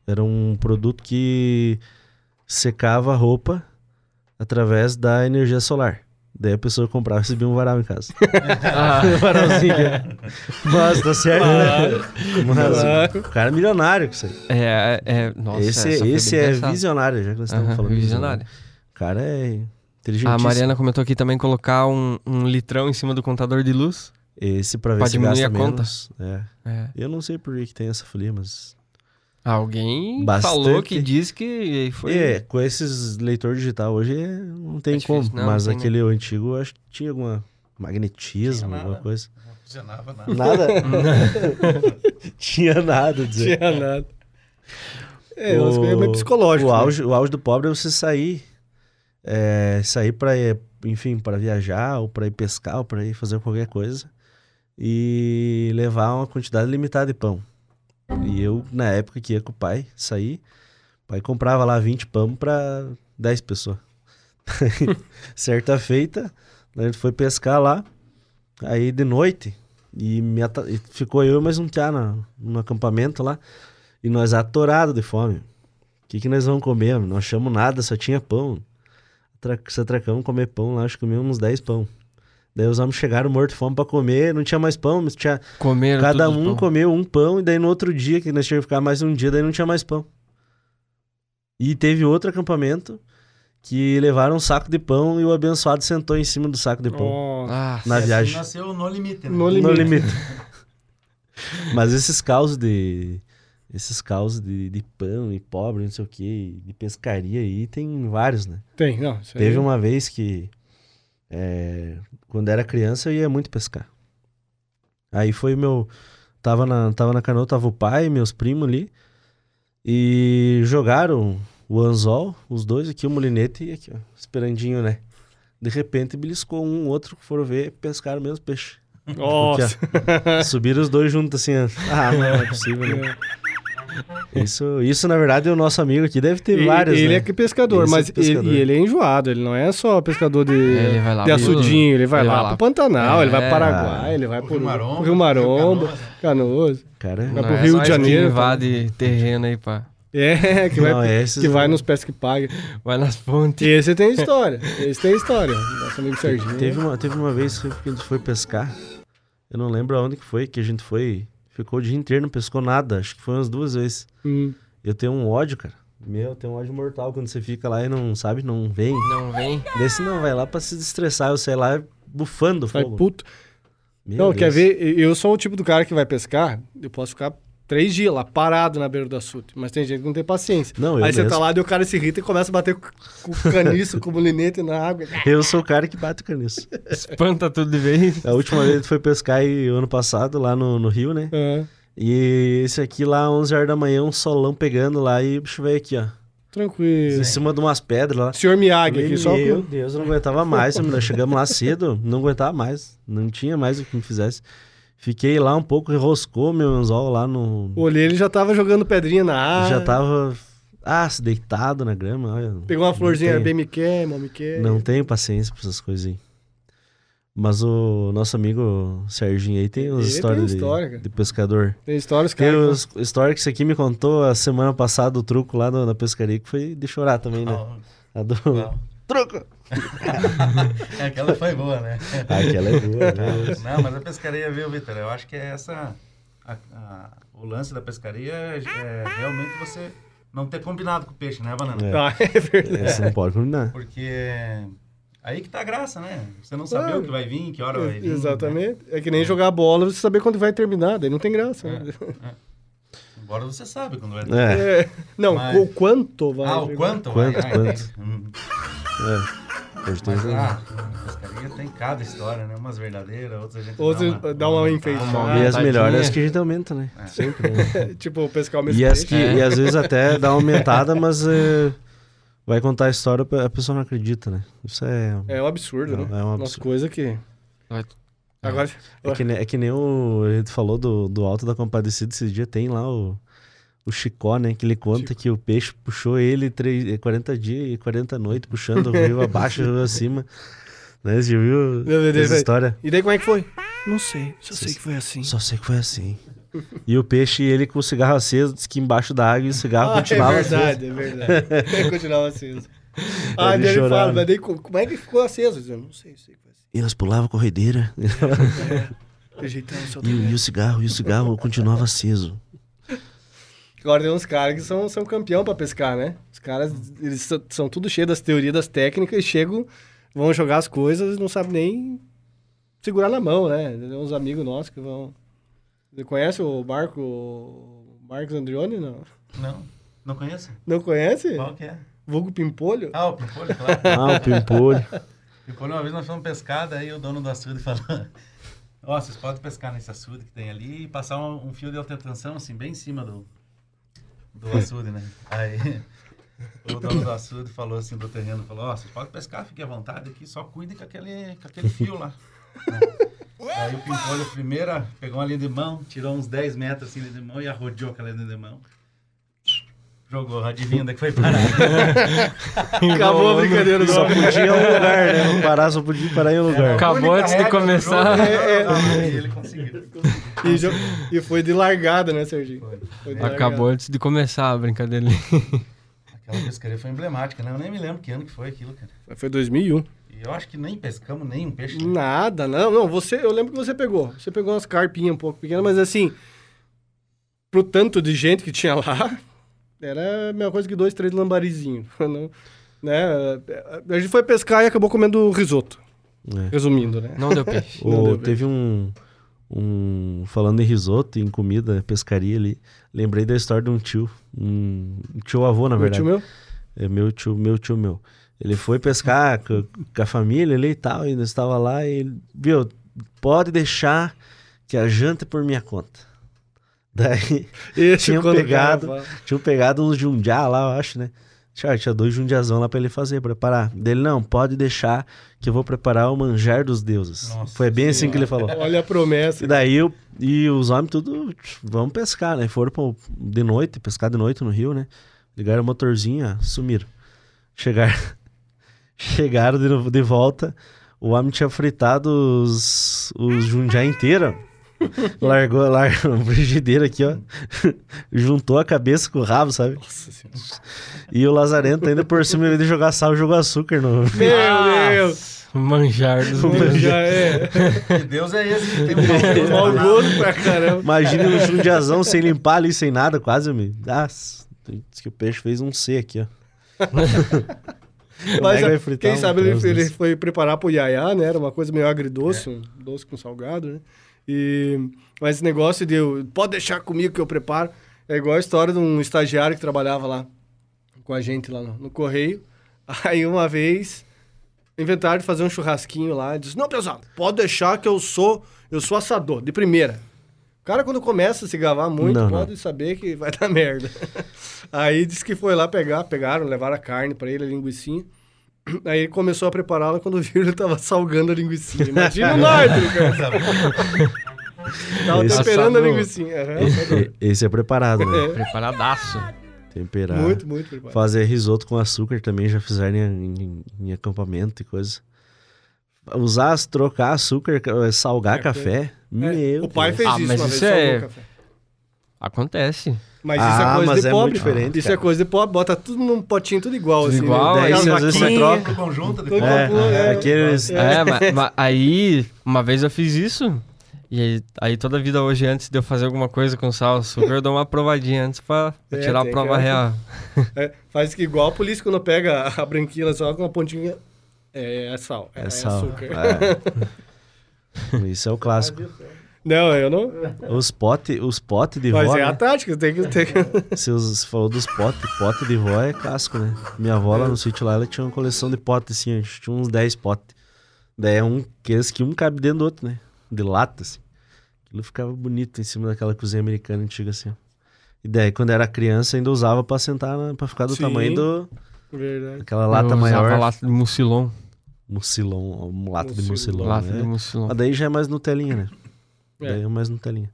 Speaker 4: Era um produto que secava a roupa através da energia solar. Daí a pessoa comprava e recebia um varal em casa. um varalzinho. Mas tá certo, né? Mas
Speaker 2: Claro.
Speaker 4: o cara é milionário com isso aí.
Speaker 3: É, é. Nossa,
Speaker 4: esse
Speaker 3: essa foi
Speaker 4: esse
Speaker 3: bem
Speaker 4: é
Speaker 3: pensada.
Speaker 4: visionário, já que nós estamos
Speaker 3: Aham,
Speaker 4: falando de
Speaker 3: visionário.
Speaker 4: O cara é inteligentíssimo.
Speaker 3: A Ah, Mariana comentou aqui também colocar um, um litrão em cima do contador de luz.
Speaker 4: Esse pra ver
Speaker 3: Pra
Speaker 4: se
Speaker 3: diminuir
Speaker 4: gasta
Speaker 3: a conta.
Speaker 4: menos. É.
Speaker 3: É.
Speaker 4: Eu não sei por que que tem essa folia, mas...
Speaker 3: Alguém
Speaker 4: Bastante.
Speaker 3: falou que diz que foi.
Speaker 4: É, com esses leitor digital hoje é- não tem
Speaker 3: É difícil,
Speaker 4: como.
Speaker 3: não, não
Speaker 4: mas
Speaker 3: tem
Speaker 4: aquele antigo eu acho que tinha alguma magnetismo,
Speaker 5: Tinha
Speaker 4: alguma
Speaker 5: nada.
Speaker 4: coisa.
Speaker 5: Não funcionava nada.
Speaker 4: Nada. tinha nada a dizer.
Speaker 2: Não tinha nada. É, umas coisas meio psicológicas.
Speaker 4: O
Speaker 2: né?
Speaker 4: auge, o auge do pobre é você sair. é, sair pra, é, enfim, para viajar, ou pra ir pescar, ou pra ir fazer qualquer coisa. E levar uma quantidade limitada de pão. E eu, na época que ia com o pai sair, o pai comprava lá 20 pão pra 10 pessoas. Certa feita, a gente foi pescar lá, aí de noite, e, me ata- e ficou eu e mais um tiá na- no acampamento lá, e nós atorados de fome. O que, que nós vamos comer? mano? Não achamos nada, só tinha pão. Tra- Se atracamos comer pão lá, acho que comemos uns 10 pão. Daí os homens chegaram morto de fome pra comer, não tinha mais pão, mas tinha
Speaker 3: Comeram
Speaker 4: Cada
Speaker 3: todos os
Speaker 4: um
Speaker 3: pão.
Speaker 4: comeu um pão e daí no outro dia, que nós tínhamos que ficar mais um dia, daí não tinha mais pão. E teve outro acampamento que levaram um saco de pão e o abençoado sentou em cima do saco de pão
Speaker 2: Nossa.
Speaker 3: Ah,
Speaker 4: na
Speaker 5: Assim
Speaker 4: viagem.
Speaker 5: nasceu no limite, né?
Speaker 2: No
Speaker 4: No
Speaker 2: limite.
Speaker 4: limite. Mas esses causos de. Esses causos de, de pão e pobre, não sei o que, de pescaria aí, tem vários, né?
Speaker 2: Tem, não. isso aí-
Speaker 4: Teve uma vez que, é, quando era criança, eu ia muito pescar. Aí foi o meu. Tava na, tava na canoa, tava o pai, meus primos ali. E jogaram o anzol, os dois aqui, o molinete e aqui, ó, esperandinho, né? De repente beliscou um, outro, foram ver, pescaram o mesmo peixe.
Speaker 2: Nossa.
Speaker 4: Subiram os dois juntos assim. ó. Ah, não, não é possível, né? Isso, isso, na verdade, é o nosso amigo aqui deve ter
Speaker 2: É. E-
Speaker 4: vários.
Speaker 2: ele
Speaker 4: né?
Speaker 2: é que pescador,
Speaker 4: Esse é
Speaker 2: mas
Speaker 4: pescador. É.
Speaker 2: Ele, e ele é enjoado, ele não é só pescador de,
Speaker 3: Ele vai lá
Speaker 2: de
Speaker 3: pro-
Speaker 2: açudinho, ele vai
Speaker 3: ele
Speaker 2: lá
Speaker 3: vai lá.
Speaker 2: pro Pantanal, ele vai pro
Speaker 3: É.
Speaker 2: Paraguai, ele vai pro,
Speaker 5: Rio Maromba,
Speaker 2: pro Rio Maromba, Canoas.
Speaker 4: Cara,
Speaker 2: Vai
Speaker 3: Não,
Speaker 2: pro
Speaker 3: é
Speaker 2: Rio
Speaker 3: nós
Speaker 2: de
Speaker 3: que
Speaker 2: Janeiro,
Speaker 3: invade terreno aí, pá.
Speaker 2: É, que vai,
Speaker 4: Não, é esses
Speaker 2: que vai
Speaker 4: mesmo.
Speaker 2: nos pés que paga.
Speaker 3: Vai nas pontes.
Speaker 2: Esse tem história, esse tem história. Nosso amigo Serginho.
Speaker 4: Teve uma, teve uma vez que a gente foi pescar. Eu não lembro aonde que foi, que a gente foi. Ficou o dia inteiro, não pescou nada. Acho que foi umas duas vezes.
Speaker 2: Hum.
Speaker 4: Eu tenho um ódio, cara. Meu, eu tenho um ódio mortal quando você fica lá e não sabe, não vem.
Speaker 3: Não vem.
Speaker 4: Desse não, vai lá pra se destressar. Eu sei lá, bufando
Speaker 2: Sai
Speaker 4: fogo.
Speaker 2: puto.
Speaker 4: Meu
Speaker 2: não,
Speaker 4: Deus.
Speaker 2: quer ver? Eu sou o tipo do cara que vai pescar, eu posso ficar três dias lá, parado na beira do açude. Mas tem gente que não tem paciência.
Speaker 4: Não, eu
Speaker 2: Aí você tá
Speaker 4: mesmo.
Speaker 2: lá, e o cara se irrita e começa a bater com com o caniço, com o mulinete na água.
Speaker 4: Eu sou o cara que bate o caniço.
Speaker 3: Espanta tudo de vez.
Speaker 4: A última vez ele foi pescar e, ano passado, lá no, no Rio, né?
Speaker 2: É,
Speaker 4: E esse aqui lá, 11 horas da manhã, um solão pegando lá e o bicho veio aqui, ó.
Speaker 2: tranquilo.
Speaker 4: Em cima de umas pedras lá.
Speaker 2: Senhor Miyagi aqui, Ah, só
Speaker 4: Meu
Speaker 2: com...
Speaker 4: Deus, eu não aguentava mais. Nós chegamos lá cedo, não aguentava mais. Não tinha mais o que me fizesse. Fiquei lá um pouco, enroscou meu anzol lá no.
Speaker 2: Olhei, ele já tava jogando pedrinha na água.
Speaker 4: Já tava. Ah, se deitado na grama. olha,
Speaker 2: Pegou uma
Speaker 4: não
Speaker 2: florzinha,
Speaker 4: tenho-
Speaker 2: bem me quer, mal me quer.
Speaker 4: Não tenho paciência pra essas coisas aí. Mas o nosso amigo Serginho aí tem umas
Speaker 2: Ele tem
Speaker 4: histórias de-
Speaker 2: história, cara.
Speaker 4: de pescador.
Speaker 2: Tem histórias,
Speaker 4: Tem
Speaker 2: cara.
Speaker 4: os- a história que isso aqui me contou a semana passada, o truco lá no- na pescaria, que foi de chorar também, né?
Speaker 5: Não,
Speaker 4: A do...
Speaker 5: não.
Speaker 4: Truco!
Speaker 5: Aquela foi boa, né?
Speaker 4: Ah, aquela é boa, né?
Speaker 5: Não, mas a pescaria, viu, Vitor? Eu acho que é essa. a- a- o lance da pescaria é é realmente você não ter combinado com o peixe, né, Banana?
Speaker 4: É.
Speaker 2: Ah, é verdade.
Speaker 4: Essa não pode combinar.
Speaker 5: Porque aí que tá a graça, né? Você não saber
Speaker 2: Ah,
Speaker 5: o que vai vir, que hora vai vir. né?
Speaker 2: Exatamente. É que nem jogar bola, você saber quando vai terminar, daí não tem graça. né?
Speaker 5: né? Embora você sabe quando vai vir.
Speaker 4: É, é.
Speaker 2: É. Não,
Speaker 5: Mas-
Speaker 2: o quanto vai.
Speaker 5: Ah, o quanto?
Speaker 4: Quanto,
Speaker 5: vai,
Speaker 4: quanto?
Speaker 5: Vai, Hum.
Speaker 4: Hoje tem um
Speaker 5: Mas,
Speaker 4: essa-
Speaker 5: ah, na pescaria tem cada história, né? Umas verdadeiras, outras a gente
Speaker 2: Outras
Speaker 5: dá uma,
Speaker 2: dá uma enfeitada.
Speaker 4: E as
Speaker 3: Tadinha.
Speaker 4: melhores é as que a gente aumenta, né?
Speaker 5: É.
Speaker 4: Sempre. né?
Speaker 2: Tipo, pescar o mesmo
Speaker 4: E, as
Speaker 2: peixe.
Speaker 4: que, e às vezes até dá uma aumentada, mas eh, vai contar a história, a pessoa não acredita, né? Isso é.
Speaker 2: É um absurdo,
Speaker 4: É um-
Speaker 2: né?
Speaker 4: é um
Speaker 2: Nossa,
Speaker 4: absurdo.
Speaker 2: coisa que...
Speaker 3: Vai-
Speaker 2: Agora...
Speaker 4: É que, nem- é que nem o. A gente falou do, do Alto da Compadecida esse dia, tem lá o, o Chicó, né? Que ele conta que o peixe puxou ele três- eh, 40 dias e 40 noites, puxando o rio abaixo, o rio acima. Né? Você já
Speaker 2: Meu
Speaker 4: viu
Speaker 2: Deus,
Speaker 4: essa
Speaker 2: velho.
Speaker 4: história?
Speaker 2: E daí como é que foi? Não sei, só sei que foi assim.
Speaker 4: Só sei que foi assim. E o peixe, ele com o cigarro aceso, disse que embaixo da água e o cigarro
Speaker 2: Ah, é
Speaker 4: continuava aceso.
Speaker 2: verdade, é verdade. continuava aceso. Ah,
Speaker 4: Ele
Speaker 2: daí ele fala,
Speaker 4: chorava.
Speaker 2: mas daí co- como é que ficou aceso? Eu disse, "Eu não sei, sei que foi assim.
Speaker 4: E nós pulava a corredeira.
Speaker 2: Ajeitando o seu
Speaker 4: E, o- e o cigarro, e o cigarro continuava aceso.
Speaker 2: Agora tem uns caras que são, são campeão pra pescar, né? Os caras, eles so- são tudo cheio das teorias, das técnicas, e chegam, vão jogar as coisas e não sabem nem segurar na mão, né? Tem uns amigos nossos que vão... Você conhece o Marco... o Marcos Andrione, não?
Speaker 5: Não, não conheço.
Speaker 2: Não conhece?
Speaker 5: Qual que é?
Speaker 2: Vulgo Pimpolho?
Speaker 5: Ah, o Pimpolho, claro.
Speaker 4: Ah, o pimpolho.
Speaker 5: Pimpolho, uma vez nós fomos pescada, aí o dono do açude falou... Ó, vocês podem pescar nesse açude que tem ali e passar um, um fio de alta tensão, assim, bem em cima do, do açude, né? Aí o dono do açude falou assim, do terreno, falou, ó, vocês podem pescar, fiquem à vontade aqui, só cuidem com aquele, com aquele fio lá. né? Aí o Pimpolho, primeira, pegou uma linha de mão, tirou uns 10 metros assim, linha de mão e arrodeou aquela linha de mão. Jogou, adivinha onde é que foi parar.
Speaker 2: Acabou a brincadeira do
Speaker 4: Só podia em um lugar, né? Não parar, só podia parar em um lugar.
Speaker 3: Acabou
Speaker 5: Única
Speaker 3: antes de
Speaker 5: regra do
Speaker 3: começar.
Speaker 5: jogo,
Speaker 2: É,
Speaker 5: né? Ele conseguiu.
Speaker 2: E, jo- e foi de largada, né, Serginho?
Speaker 5: Foi.
Speaker 2: Foi de
Speaker 3: Acabou
Speaker 2: largada.
Speaker 3: antes de começar a brincadeira.
Speaker 5: Aquela pescaria foi emblemática, né? Eu nem me lembro que ano que foi aquilo, cara.
Speaker 2: Foi 2001.
Speaker 5: E eu acho que nem pescamos nem um peixe. né?
Speaker 2: Nada, não, não. Você, eu lembro que você pegou. Você pegou umas carpinhas um pouco pequenas, mas assim, pro tanto de gente que tinha lá, era a mesma coisa que dois, três lambarizinhos. Não, né? A gente foi pescar e acabou comendo risoto.
Speaker 4: É.
Speaker 2: Resumindo, né?
Speaker 3: Não deu peixe.
Speaker 2: Não
Speaker 4: Ou
Speaker 2: deu
Speaker 4: teve um, um. Falando em risoto, em comida, pescaria ali. Lembrei da história de um tio. Um tio avô, na
Speaker 2: Meu
Speaker 4: verdade.
Speaker 2: tio meu?
Speaker 4: É meu tio, meu tio meu. Ele foi pescar co- com, a família ali e tal, e nós estava lá e ele, viu, pode deixar que a janta é por minha conta. Daí
Speaker 2: Esse
Speaker 4: Tinha
Speaker 2: quando o cara
Speaker 4: pegado.
Speaker 2: fala.
Speaker 4: tinham pegado uns de um lá, eu acho, né? Tinha, tinha dois jundiazão lá pra ele fazer, preparar. Dele, não, pode deixar que eu vou preparar o manjar dos deuses.
Speaker 5: Nossa
Speaker 4: Foi bem assim que ele falou.
Speaker 2: Olha a
Speaker 4: E
Speaker 2: promessa.
Speaker 4: daí eu, e os homens tudo, tch, vamos pescar, né? Foram pro- de noite, pescar de noite no rio, né? Ligaram o motorzinho, ah, sumiram. Chegaram, chegaram de, novo- de volta, o homem tinha fritado os, os jundiá inteiro. Largou, largou a frigideira aqui, ó. Juntou a cabeça com o rabo, sabe?
Speaker 2: Nossa senhora.
Speaker 4: E o Lazarento ainda por cima, em vez de jogar sal, jogou açúcar no...
Speaker 2: Meu Deus!
Speaker 3: Manjar dos deuses.
Speaker 2: Já é.
Speaker 5: Que Deus é esse que tem um
Speaker 2: Mau
Speaker 5: mau gosto.
Speaker 2: gosto pra caramba.
Speaker 4: Imagina um jundiazão sem limpar ali, sem nada, quase me. Ah, s- diz que o peixe fez um C aqui, ó.
Speaker 2: Mas
Speaker 4: Como é que vai
Speaker 2: a-
Speaker 4: fritar
Speaker 2: quem
Speaker 4: um
Speaker 2: sabe ele,
Speaker 4: troço
Speaker 2: ele
Speaker 4: desse? É.
Speaker 2: foi preparar pro Yaya, né? Era uma coisa meio agridoce, um doce com salgado, né? E, mas esse negócio de eu- pode deixar comigo que eu preparo é igual a história de um estagiário que trabalhava lá com a gente lá no, no correio. Aí uma vez inventaram de fazer um churrasquinho lá. Diz, não, pessoal, pode deixar que eu sou, eu sou assador, de primeira. O cara, quando começa a se gavar muito,
Speaker 4: Não,
Speaker 2: pode saber que vai dar merda. Aí disse que foi lá pegar, pegaram, levaram a carne pra ele, a linguiçinha. Aí ele começou a prepará-la quando viu ele tava salgando a linguiçinha. Imagina o norte, cara. Tava
Speaker 4: Esse
Speaker 2: temperando a
Speaker 3: assador.
Speaker 2: linguiçinha. Aham.
Speaker 4: E- Esse é preparado, né?
Speaker 3: Preparadaço.
Speaker 4: Temperar.
Speaker 2: É. Muito, muito preparado.
Speaker 4: Fazer risoto com açúcar também já fizeram em, em- em acampamento e coisa. Usar, as- trocar açúcar, ca- salgar
Speaker 2: É,
Speaker 4: café. Meu
Speaker 2: É, o pai
Speaker 4: Deus.
Speaker 2: fez
Speaker 3: Ah,
Speaker 2: isso
Speaker 3: mas
Speaker 2: uma vez,
Speaker 3: isso
Speaker 2: salgou
Speaker 3: é-
Speaker 2: o café.
Speaker 3: Acontece.
Speaker 2: Mas
Speaker 4: Ah,
Speaker 2: isso é coisa
Speaker 4: mas
Speaker 2: de
Speaker 4: é muito
Speaker 2: pobre.
Speaker 4: diferente,
Speaker 2: isso
Speaker 4: cara.
Speaker 2: é coisa de pobre. Bota tudo num potinho, tudo igual.
Speaker 3: Tudo
Speaker 2: assim, né?
Speaker 3: igual,
Speaker 2: Daí
Speaker 4: aí
Speaker 2: as
Speaker 4: às vezes
Speaker 2: vaquinhas,
Speaker 4: você troca.
Speaker 5: Conjunto de
Speaker 2: Todo
Speaker 5: coisa.
Speaker 2: mundo,
Speaker 4: É,
Speaker 2: é.
Speaker 4: aqueles.
Speaker 3: É, ma- ma- aí, uma vez eu fiz isso. E aí, aí toda vida hoje, antes de eu fazer alguma coisa com sal, açúcar, eu dou uma provadinha antes pra
Speaker 2: É,
Speaker 3: tirar a
Speaker 2: tem
Speaker 3: prova
Speaker 2: que-
Speaker 3: real.
Speaker 2: é, faz que igual a polícia quando pega a branquinha, ela só com uma pontinha. É, é sal. É,
Speaker 4: É sal.
Speaker 2: açúcar.
Speaker 4: É. Isso é o clássico.
Speaker 2: Não, eu não.
Speaker 4: Os potes os pote de
Speaker 2: Mas
Speaker 4: vó,
Speaker 2: é a
Speaker 4: né?
Speaker 2: tática, tem que. Tem que...
Speaker 4: Você us- você falou dos potes. Pote de vó é clássico, né? Minha avó
Speaker 3: É.
Speaker 4: lá no sítio lá, ela tinha uma coleção de potes, assim, acho que tinha uns 10 potes. Daí é um que esse que um cabe dentro do outro, né? De lata, assim. Aquilo ficava bonito em cima daquela cozinha americana antiga, assim. ó. E daí, quando era criança, ainda usava pra sentar, na- pra ficar do
Speaker 2: Sim.
Speaker 4: tamanho do...
Speaker 2: Verdade.
Speaker 4: Aquela lata
Speaker 3: eu usava
Speaker 4: maior.
Speaker 3: lata de mucilon.
Speaker 4: Mucilon, ó, um lata de
Speaker 2: Mucilon.
Speaker 4: mucilon,
Speaker 3: lata
Speaker 4: né?
Speaker 3: de mucilon.
Speaker 4: Mas daí já é mais Nutelinha, né?
Speaker 2: É.
Speaker 4: Daí é mais Nutelinha.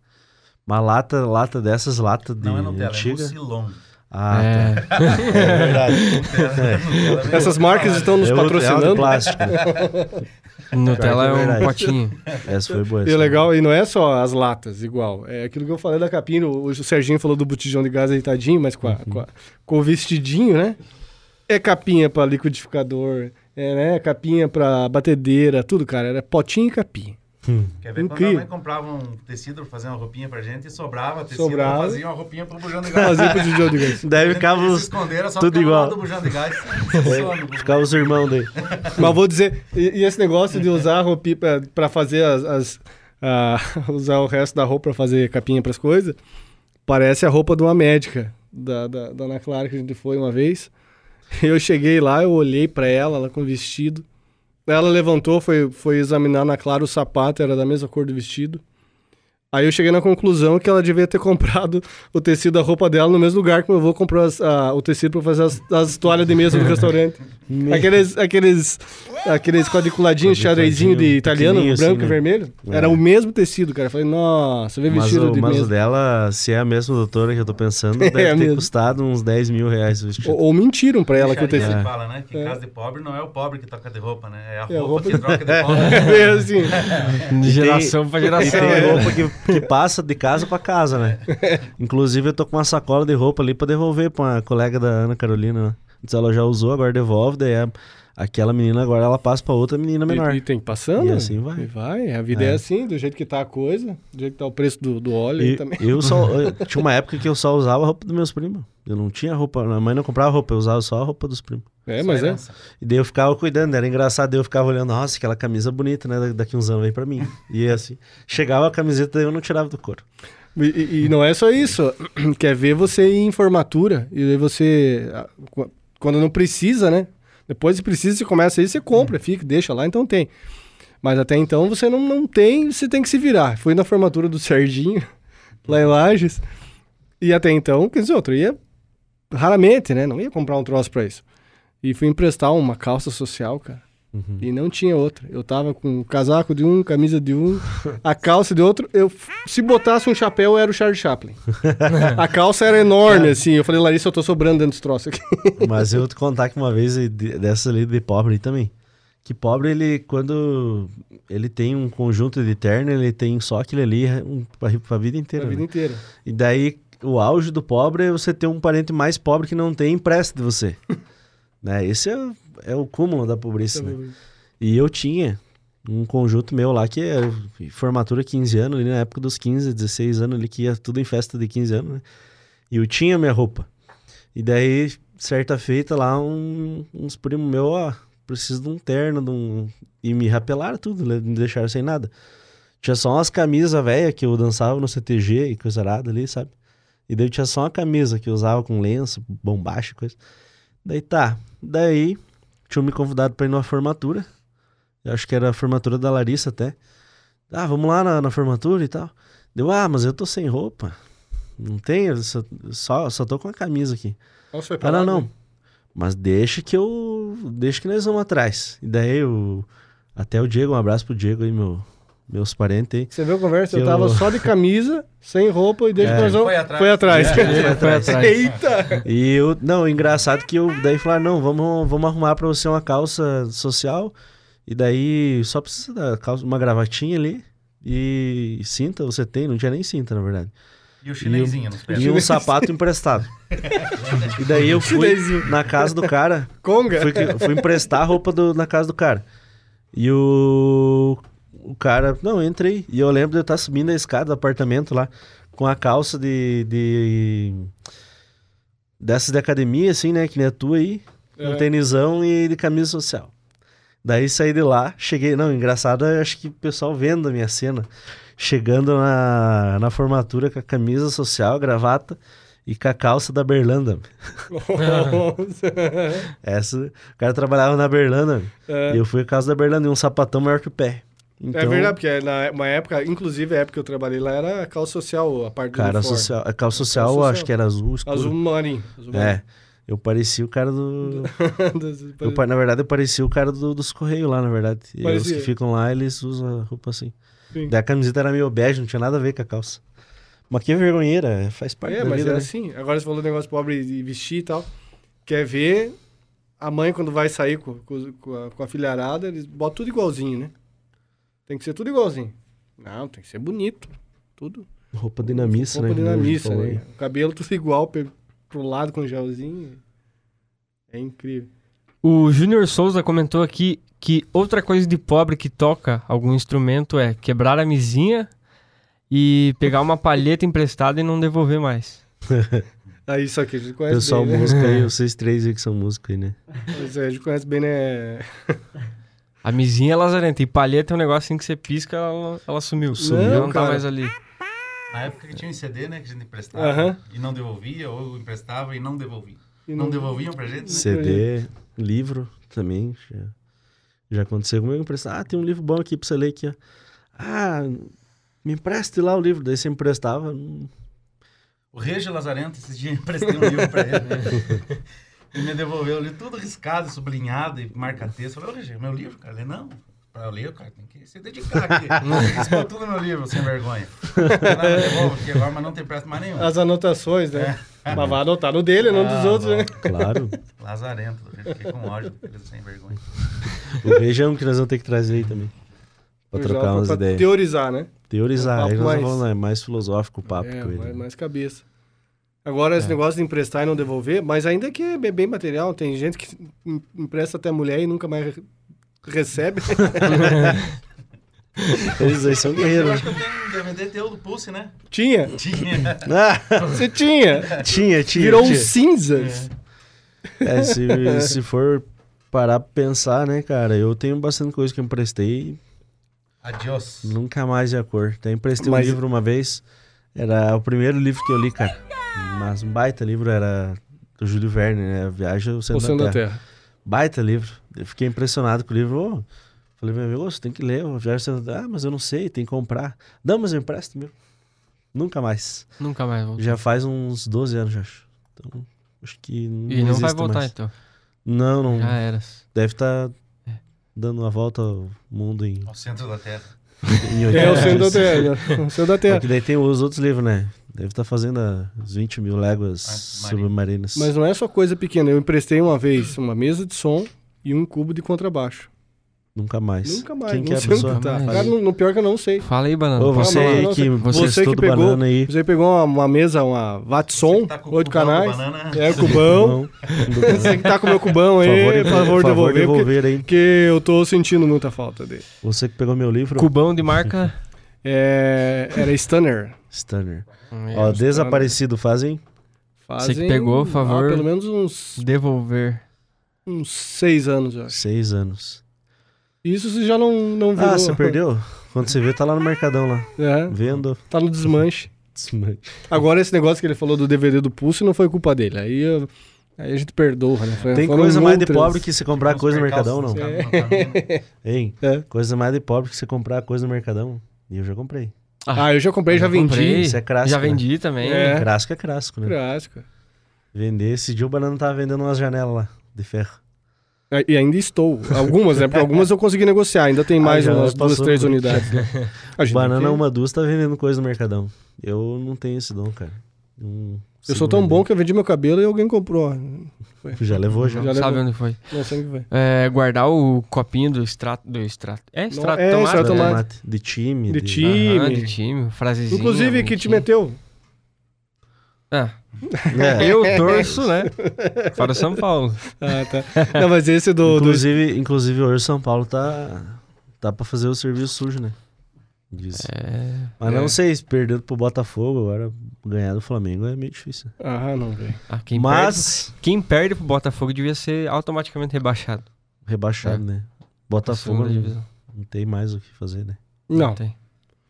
Speaker 4: Uma lata, lata dessas, lata de
Speaker 5: Não é Nutella, é
Speaker 4: antiga.
Speaker 5: Mucilon.
Speaker 4: ah, É. tá.
Speaker 3: é,
Speaker 4: É verdade.
Speaker 2: Essas marcas estão nos
Speaker 4: É outro- É outro
Speaker 2: patrocinando.
Speaker 4: plástico.
Speaker 3: Nutella é um
Speaker 4: Verdade.
Speaker 3: potinho.
Speaker 4: Essa foi boa.
Speaker 2: E
Speaker 4: essa.
Speaker 2: o legal, e não é só as latas, igual. É aquilo que eu falei da capinha. O, o Serginho falou do botijão de gás deitadinho, mas com, a- com a- com o vestidinho, né? É capinha pra liquidificador, é né? capinha pra batedeira, tudo, cara. Era potinho e capinha.
Speaker 5: Quer ver quando
Speaker 2: Incrível.
Speaker 5: a mãe comprava um tecido pra fazer uma roupinha pra gente e sobrava tecido,
Speaker 2: Sobrava.
Speaker 5: ela fazia uma roupinha pro bujão de gás.
Speaker 2: Fazia botijão de gás.
Speaker 4: Daí ficava
Speaker 5: Eles se
Speaker 4: os,
Speaker 5: esconderam, só
Speaker 4: tudo
Speaker 5: ficava
Speaker 4: igual.
Speaker 5: lá do bujão de gás. é Some.
Speaker 4: ficava os irmãos daí.
Speaker 2: Mas vou dizer, e, e esse negócio de usar a roupinha pra, pra fazer as. as- a- usar o resto da roupa pra fazer capinha pras coisas, parece a roupa de uma médica, da, da, da Ana Clara que a gente foi uma vez. Eu cheguei lá, eu olhei pra ela, ela com vestido. Ela levantou, foi, foi examinar na Clara o sapato, era da mesma cor do vestido. Aí eu cheguei na conclusão que ela devia ter comprado o tecido da roupa dela no mesmo lugar que meu avô comprou as- a- o tecido pra fazer as, as toalhas de mesa do restaurante. Aqueles, aqueles, aqueles quadriculadinhos, xadrezinho de italiano,
Speaker 4: pequenininho
Speaker 2: branco
Speaker 4: assim,
Speaker 2: e
Speaker 4: né?
Speaker 2: vermelho.
Speaker 4: É.
Speaker 2: Era o mesmo tecido, cara. Eu falei, nossa, veio
Speaker 4: Mas,
Speaker 2: vestido
Speaker 4: o,
Speaker 2: de
Speaker 4: mas o
Speaker 2: mesa.
Speaker 4: dela, se é a mesma doutora que eu tô pensando,
Speaker 2: É
Speaker 4: deve ter
Speaker 2: mesmo.
Speaker 4: custado uns 10 mil reais o vestido.
Speaker 2: Ou, ou mentiram pra ela que o
Speaker 5: Deixaria
Speaker 2: tecido.
Speaker 5: que fala, né? Que em casa de pobre não é o pobre que toca de roupa, né? É a
Speaker 2: roupa
Speaker 5: roupa, que troca de pobre.
Speaker 2: É, assim,
Speaker 3: De geração pra
Speaker 4: E
Speaker 3: geração.
Speaker 4: tem
Speaker 3: né?
Speaker 4: roupa que, que passa de casa pra casa, né? Inclusive, eu tô com uma sacola de roupa ali pra devolver pra uma colega da Ana Carolina. né? Antes ela já usou, agora devolve. Daí a- aquela menina agora ela passa pra outra menina menor.
Speaker 2: E, e tem que passando.
Speaker 4: E assim vai.
Speaker 2: E vai. A vida é. assim, do jeito que tá a coisa, do jeito que tá o preço do, do óleo
Speaker 4: E-
Speaker 2: também.
Speaker 4: Eu só. eu- tinha uma época que eu só usava a roupa dos meus primos. Eu não tinha roupa. Minha mãe não comprava roupa, eu usava só a roupa dos primos.
Speaker 2: É, mas é.
Speaker 5: Herança.
Speaker 4: E daí eu ficava cuidando, era engraçado. Daí eu ficava olhando, nossa, aquela camisa bonita, né? da- Daqui uns anos vem pra mim. E assim, chegava a camiseta, daí eu não tirava do couro.
Speaker 2: E, e- e não é só isso. Quer ver você ir em formatura e daí você. ah, qu- Quando não precisa, né? Depois se precisa, você começa aí, você compra, fica, deixa lá, então tem. Mas até então você não, não tem, você tem que se virar. Fui na formatura do Serginho, lá em Lages. E até então, quer dizer, outro ia raramente, né? Não ia comprar um troço pra isso. E fui emprestar uma calça social, cara. E não tinha outra. Eu tava com o casaco de um, camisa de um, a calça de outro. Eu, se botasse um chapéu, era o Charles Chaplin. a calça era enorme, assim. Eu falei, Larissa, eu tô sobrando dentro desse troço aqui.
Speaker 4: Mas eu vou te contar que uma vez de- dessa ali de pobre aí também. Que pobre, ele, quando ele tem um conjunto de terno, ele tem só aquele ali um, pra, pra vida inteira.
Speaker 2: A vida
Speaker 4: né?
Speaker 2: inteira.
Speaker 4: E daí, o auge do pobre é você ter um parente mais pobre que não tem e empresta de você. né? Esse é, o- é o cúmulo da pobreza,
Speaker 2: Então,
Speaker 4: né? E eu tinha um conjunto meu lá que era formatura 15 anos, ali na época dos 15, 16 anos, ali que ia tudo em festa de 15 anos, né? E eu tinha minha roupa. E daí, certa feita lá, um- uns primos meus, ó, preciso de um terno, de um... e me rapelaram tudo, né? me deixaram sem nada. Tinha só umas camisas velhas que eu dançava no CTG e coisa arada ali, sabe? E daí tinha só uma camisa que eu usava com lenço, bombacha e coisa. Daí tá. Daí tinham me convidado pra ir numa formatura. Eu acho que era a formatura da Larissa até. Ah, vamos lá na, na formatura e tal. Deu, ah, mas eu tô sem roupa. Não tenho, eu só, só, só tô com a camisa aqui.
Speaker 2: Nossa, foi
Speaker 4: Ah, não,
Speaker 2: parado,
Speaker 4: não.
Speaker 2: né?
Speaker 4: Mas deixa que eu. Deixa que nós vamos atrás. E daí o. Até o Diego, um abraço pro Diego aí, meu, meus parentes aí.
Speaker 2: Você viu a conversa? Eu
Speaker 4: Eu-
Speaker 2: tava só de camisa, sem roupa e desde
Speaker 4: É.
Speaker 2: que nós vamos...
Speaker 5: Foi atrás.
Speaker 2: Foi atrás.
Speaker 3: Ele foi atrás.
Speaker 2: Eita!
Speaker 4: E eu, não, engraçado que eu daí falaram, não, vamos, vamos arrumar pra você uma calça social. E daí só precisa da calça, uma gravatinha ali. E cinta você tem, não tinha nem cinta, na verdade.
Speaker 5: E o chinesinho nos pés.
Speaker 4: E um sapato emprestado. e daí eu fui
Speaker 2: Chinesinho.
Speaker 4: na casa do cara,
Speaker 2: Conga?
Speaker 4: fui, que- fui emprestar a roupa do- na casa do cara. E o, o cara, não, entrei. E eu lembro de eu estar subindo a escada do apartamento lá, com a calça de. de dessas de academia, assim, né? Que nem a tua aí, um tenisão e de camisa social. Daí saí de lá, cheguei. Não, engraçado, eu acho que o pessoal vendo a minha cena. Chegando na, na formatura com a camisa social, gravata e com a calça da Berlanda.
Speaker 2: Nossa.
Speaker 4: Essa, o cara trabalhava na Berlanda.
Speaker 2: É.
Speaker 4: E eu fui a casa da Berlanda e um sapatão maior que o pé. Então,
Speaker 2: É verdade, porque na uma época, inclusive a época que eu trabalhei lá, era calça social, a parte do
Speaker 4: Cara
Speaker 2: uniforme.
Speaker 4: social, a calça social,
Speaker 2: É social.
Speaker 4: acho que era azul escuro.
Speaker 2: Azul né? marinho. Azul
Speaker 4: É. Eu parecia o cara do.
Speaker 2: marinho.
Speaker 4: eu pa- na verdade, eu parecia o cara do- dos Correios lá, na verdade. E os
Speaker 2: Parecia.
Speaker 4: que ficam lá, eles usam a roupa assim.
Speaker 2: Sim.
Speaker 4: Daí a camiseta era meio bege, não tinha nada a ver com a calça. Mas que vergonheira, faz parte
Speaker 2: É,
Speaker 4: da
Speaker 2: mas
Speaker 4: vida,
Speaker 2: era
Speaker 4: né?
Speaker 2: assim. Agora você falou do negócio pobre de vestir e tal. Quer ver a mãe quando vai sair com, com, os- com a, com a filharada, eles botam tudo igualzinho, né? Tem que ser tudo igualzinho. Não, tem que ser bonito. Tudo.
Speaker 4: Roupa dinamista,
Speaker 2: Roupa
Speaker 4: né? que nem a gente
Speaker 2: dinamista,
Speaker 4: falou
Speaker 2: né?
Speaker 4: aí.
Speaker 2: O cabelo tudo igual pe- pro lado com gelzinho. É incrível.
Speaker 3: O Júnior Souza comentou aqui que outra coisa de pobre que toca algum instrumento é quebrar a mesinha e pegar uma palheta emprestada e não devolver mais.
Speaker 2: Aí isso aqui a gente conhece
Speaker 4: Pessoal,
Speaker 2: bem, né?
Speaker 4: música aí, vocês três aí que são músicos aí, né?
Speaker 2: Isso aí A gente conhece bem, né?
Speaker 3: A mesinha é lazarenta e palheta é um negócio assim que você pisca, ela, ela sumiu.
Speaker 2: Sumiu,
Speaker 3: Ela não
Speaker 2: cara.
Speaker 3: tá mais ali.
Speaker 5: Na época que tinha um CD, né? Que a gente emprestava
Speaker 2: Aham.
Speaker 5: e não devolvia, ou emprestava e não devolvia.
Speaker 2: E
Speaker 5: Não devolviam pra gente, né?
Speaker 4: CD, livro também. Já, já aconteceu comigo. Eu pensei, ah, tem um livro bom aqui pra você ler aqui, ó. Ah, me empreste lá o livro. Daí você emprestava. hum,
Speaker 5: O Regio Lazarento, esses dias, eu emprestei um livro pra ele. Né? Ele me devolveu ali tudo riscado, sublinhado e marca-texto. Eu falei, ô Regio, meu livro, cara? Ele, não. Pra eu ler, cara, tem que se dedicar aqui. Riscou tudo meu livro, sem vergonha. Nada, eu devolvo aqui agora, mas não tem presto mais nenhum.
Speaker 2: As anotações, né? Mas vai anotar no dele, não dos
Speaker 5: É. Ah,
Speaker 2: outros, né?
Speaker 4: Claro.
Speaker 5: Lazarento, eu fiquei com ódio, ele sem vergonha.
Speaker 4: o região que nós vamos ter que trazer aí também. Pra
Speaker 2: Eu já-
Speaker 4: trocar umas
Speaker 2: pra
Speaker 4: ideias.
Speaker 2: teorizar, né?
Speaker 4: Teorizar.
Speaker 2: um
Speaker 4: Aí
Speaker 2: papo
Speaker 4: nós
Speaker 2: mais-
Speaker 4: vamos lá, é mais filosófico o papo
Speaker 2: É,
Speaker 4: com ele. né? É.
Speaker 2: mais, mais cabeça. Agora, esse negócio de emprestar e não devolver, mas ainda que é bem material, tem gente que em- empresta até a mulher e nunca mais re- recebe.
Speaker 4: Eles aí são
Speaker 5: Eu
Speaker 4: guerreiros.
Speaker 5: acho que eu tenho um DVD teu do Pulse, né?
Speaker 2: tinha,
Speaker 5: Tinha.
Speaker 4: Ah,
Speaker 2: você tinha.
Speaker 4: tinha, tinha.
Speaker 2: Virou um
Speaker 4: tinha.
Speaker 2: cinzas.
Speaker 4: É, se, se for parar pra pensar, né, cara? Eu tenho bastante coisa que eu emprestei
Speaker 5: Adiós.
Speaker 4: Nunca mais é a cor. Até emprestei
Speaker 2: Mas-
Speaker 4: um livro uma vez. Era o primeiro livro que eu li, cara. Mas um baita livro era do Júlio Verne, né? A Viagem ao
Speaker 2: O
Speaker 4: Centro,
Speaker 2: Senhor
Speaker 4: da,
Speaker 2: da
Speaker 4: Terra.
Speaker 2: Terra.
Speaker 4: Baita livro. Eu fiquei impressionado com o livro. Ô, falei, meu amigo, ô, você tem que ler. A Viagem ao Centro da Terra. Ah, mas eu não sei, tem que comprar. Não, mas eu empresto, meu. Nunca mais.
Speaker 3: Nunca mais voltou.
Speaker 4: Já faz uns 12 anos, já acho. Então, Acho que não
Speaker 3: E não vai
Speaker 4: existe
Speaker 3: voltar,
Speaker 4: mais.
Speaker 3: então.
Speaker 4: Não, não.
Speaker 3: Já é. era.
Speaker 4: Deve estar dando uma volta ao mundo em,
Speaker 5: Ao centro da Terra.
Speaker 4: em
Speaker 2: É, o Senhor da
Speaker 4: dias.
Speaker 2: Terra. né? O Senhor da
Speaker 4: É
Speaker 2: Terra.
Speaker 4: que daí tem os outros livros, né? Deve estar fazendo as 20 mil léguas
Speaker 5: Ah, Maria.
Speaker 4: submarinas.
Speaker 2: Mas não é só coisa pequena. Eu emprestei uma vez uma mesa de som e um cubo de contrabaixo.
Speaker 4: Nunca mais.
Speaker 2: Nunca mais.
Speaker 4: Quem
Speaker 2: não
Speaker 4: que é a
Speaker 2: sei
Speaker 4: pessoa?
Speaker 2: onde tá.
Speaker 3: Nunca mais.
Speaker 2: Cara, no, no pior que eu não sei.
Speaker 3: Fala aí, banana.
Speaker 4: Ô,
Speaker 3: Fala,
Speaker 4: você
Speaker 2: mano,
Speaker 4: aí
Speaker 2: não
Speaker 4: que,
Speaker 2: sei.
Speaker 4: você,
Speaker 2: Você que
Speaker 4: estuda
Speaker 2: pegou-
Speaker 4: banana aí.
Speaker 2: Você pegou uma, uma mesa, uma Vatson,
Speaker 5: Você tá com o
Speaker 2: oito
Speaker 5: cubão da
Speaker 2: canais.
Speaker 5: banana.
Speaker 2: É, cubão.
Speaker 4: Não, não-
Speaker 2: Você que tá com o meu cubão aí, por favor,
Speaker 4: favor
Speaker 2: devolver. porque,
Speaker 4: devolver, hein?
Speaker 2: porque eu tô sentindo muita falta dele.
Speaker 4: Você que pegou meu livro,
Speaker 3: Cubão de marca.
Speaker 2: É, era Stunner.
Speaker 4: Stunner.
Speaker 3: Hum,
Speaker 4: Ó,
Speaker 3: é.
Speaker 4: desaparecido fazem
Speaker 2: Fazem,
Speaker 3: que pegou, por
Speaker 2: ah,
Speaker 3: favor.
Speaker 2: pelo menos uns,
Speaker 3: Devolver.
Speaker 2: uns seis anos, eu acho.
Speaker 4: seis anos.
Speaker 2: Isso você já não, não virou.
Speaker 4: Ah, você perdeu? Quando você vê, tá lá no Mercadão lá.
Speaker 2: É,
Speaker 4: Vendo.
Speaker 2: tá no desmanche. Agora, esse negócio que ele falou do DVD do Pulse não foi culpa dele. Aí, eu- aí a gente perdoa, né? Foi-
Speaker 4: Tem
Speaker 2: foram
Speaker 4: coisa mais de
Speaker 2: outras.
Speaker 4: pobre que você comprar
Speaker 5: Os
Speaker 4: coisa no Mercadão, não.
Speaker 5: percalços dos caminhos, né?
Speaker 4: Hein?
Speaker 2: É.
Speaker 4: Coisa mais de pobre que você comprar coisa no Mercadão. E eu já comprei.
Speaker 2: Ah, eu já comprei, já, vendi.
Speaker 3: comprei,
Speaker 4: Isso é clássico,
Speaker 3: já
Speaker 4: né?
Speaker 3: vendi também.
Speaker 2: É.
Speaker 4: Crasco é crasco, né?
Speaker 2: Clássico.
Speaker 4: Vender. Esse dia o Banana tava vendendo umas janelas lá, de ferro.
Speaker 2: Ah, E ainda estou. Algumas, né? Porque algumas eu consegui negociar. Ainda tem
Speaker 4: Ah,
Speaker 2: mais
Speaker 4: já
Speaker 2: umas duas,
Speaker 4: passou
Speaker 2: três
Speaker 4: do-
Speaker 2: unidades. né? A gente
Speaker 4: Banana,
Speaker 2: tem-
Speaker 4: uma, duas, tá vendendo coisa no Mercadão. Eu não tenho esse dom, cara. Não
Speaker 2: Eu
Speaker 4: consigo
Speaker 2: sou tão bom
Speaker 4: vender.
Speaker 2: que eu vendi meu cabelo e alguém comprou.
Speaker 4: Já levou, já.
Speaker 3: Não
Speaker 2: Já
Speaker 3: sabe
Speaker 2: levou.
Speaker 3: onde foi.
Speaker 2: Não sei o que vai.
Speaker 3: É, guardar o copinho do extrato. Do extrato. É extrato
Speaker 2: é
Speaker 3: tomate,
Speaker 2: extrato
Speaker 3: né?
Speaker 2: tomate.
Speaker 4: De time.
Speaker 2: De
Speaker 3: Aham,
Speaker 2: time.
Speaker 3: de time, frasezinha.
Speaker 4: né,
Speaker 2: Inclusive, que te
Speaker 3: bonitinha.
Speaker 2: meteu?
Speaker 3: Ah,
Speaker 4: É.
Speaker 3: eu torço, né? Para o São Paulo.
Speaker 2: Ah, tá. Não, mas esse do. do...
Speaker 4: Inclusive, inclusive, hoje São Paulo tá. Tá pra fazer o serviço sujo, né? Diz.
Speaker 3: É,
Speaker 4: Mas
Speaker 2: é.
Speaker 4: não sei, se perdendo pro Botafogo, agora ganhar do Flamengo é meio difícil.
Speaker 2: Ah, não, velho.
Speaker 3: ah, quem,
Speaker 4: Mas,
Speaker 3: perde, quem perde pro Botafogo devia ser automaticamente rebaixado.
Speaker 4: rebaixado, né?
Speaker 3: pra
Speaker 4: Botafogo
Speaker 3: É. segunda
Speaker 4: não,
Speaker 3: divisão.
Speaker 4: não tem mais o que fazer, né?
Speaker 2: né? Não.
Speaker 3: tem.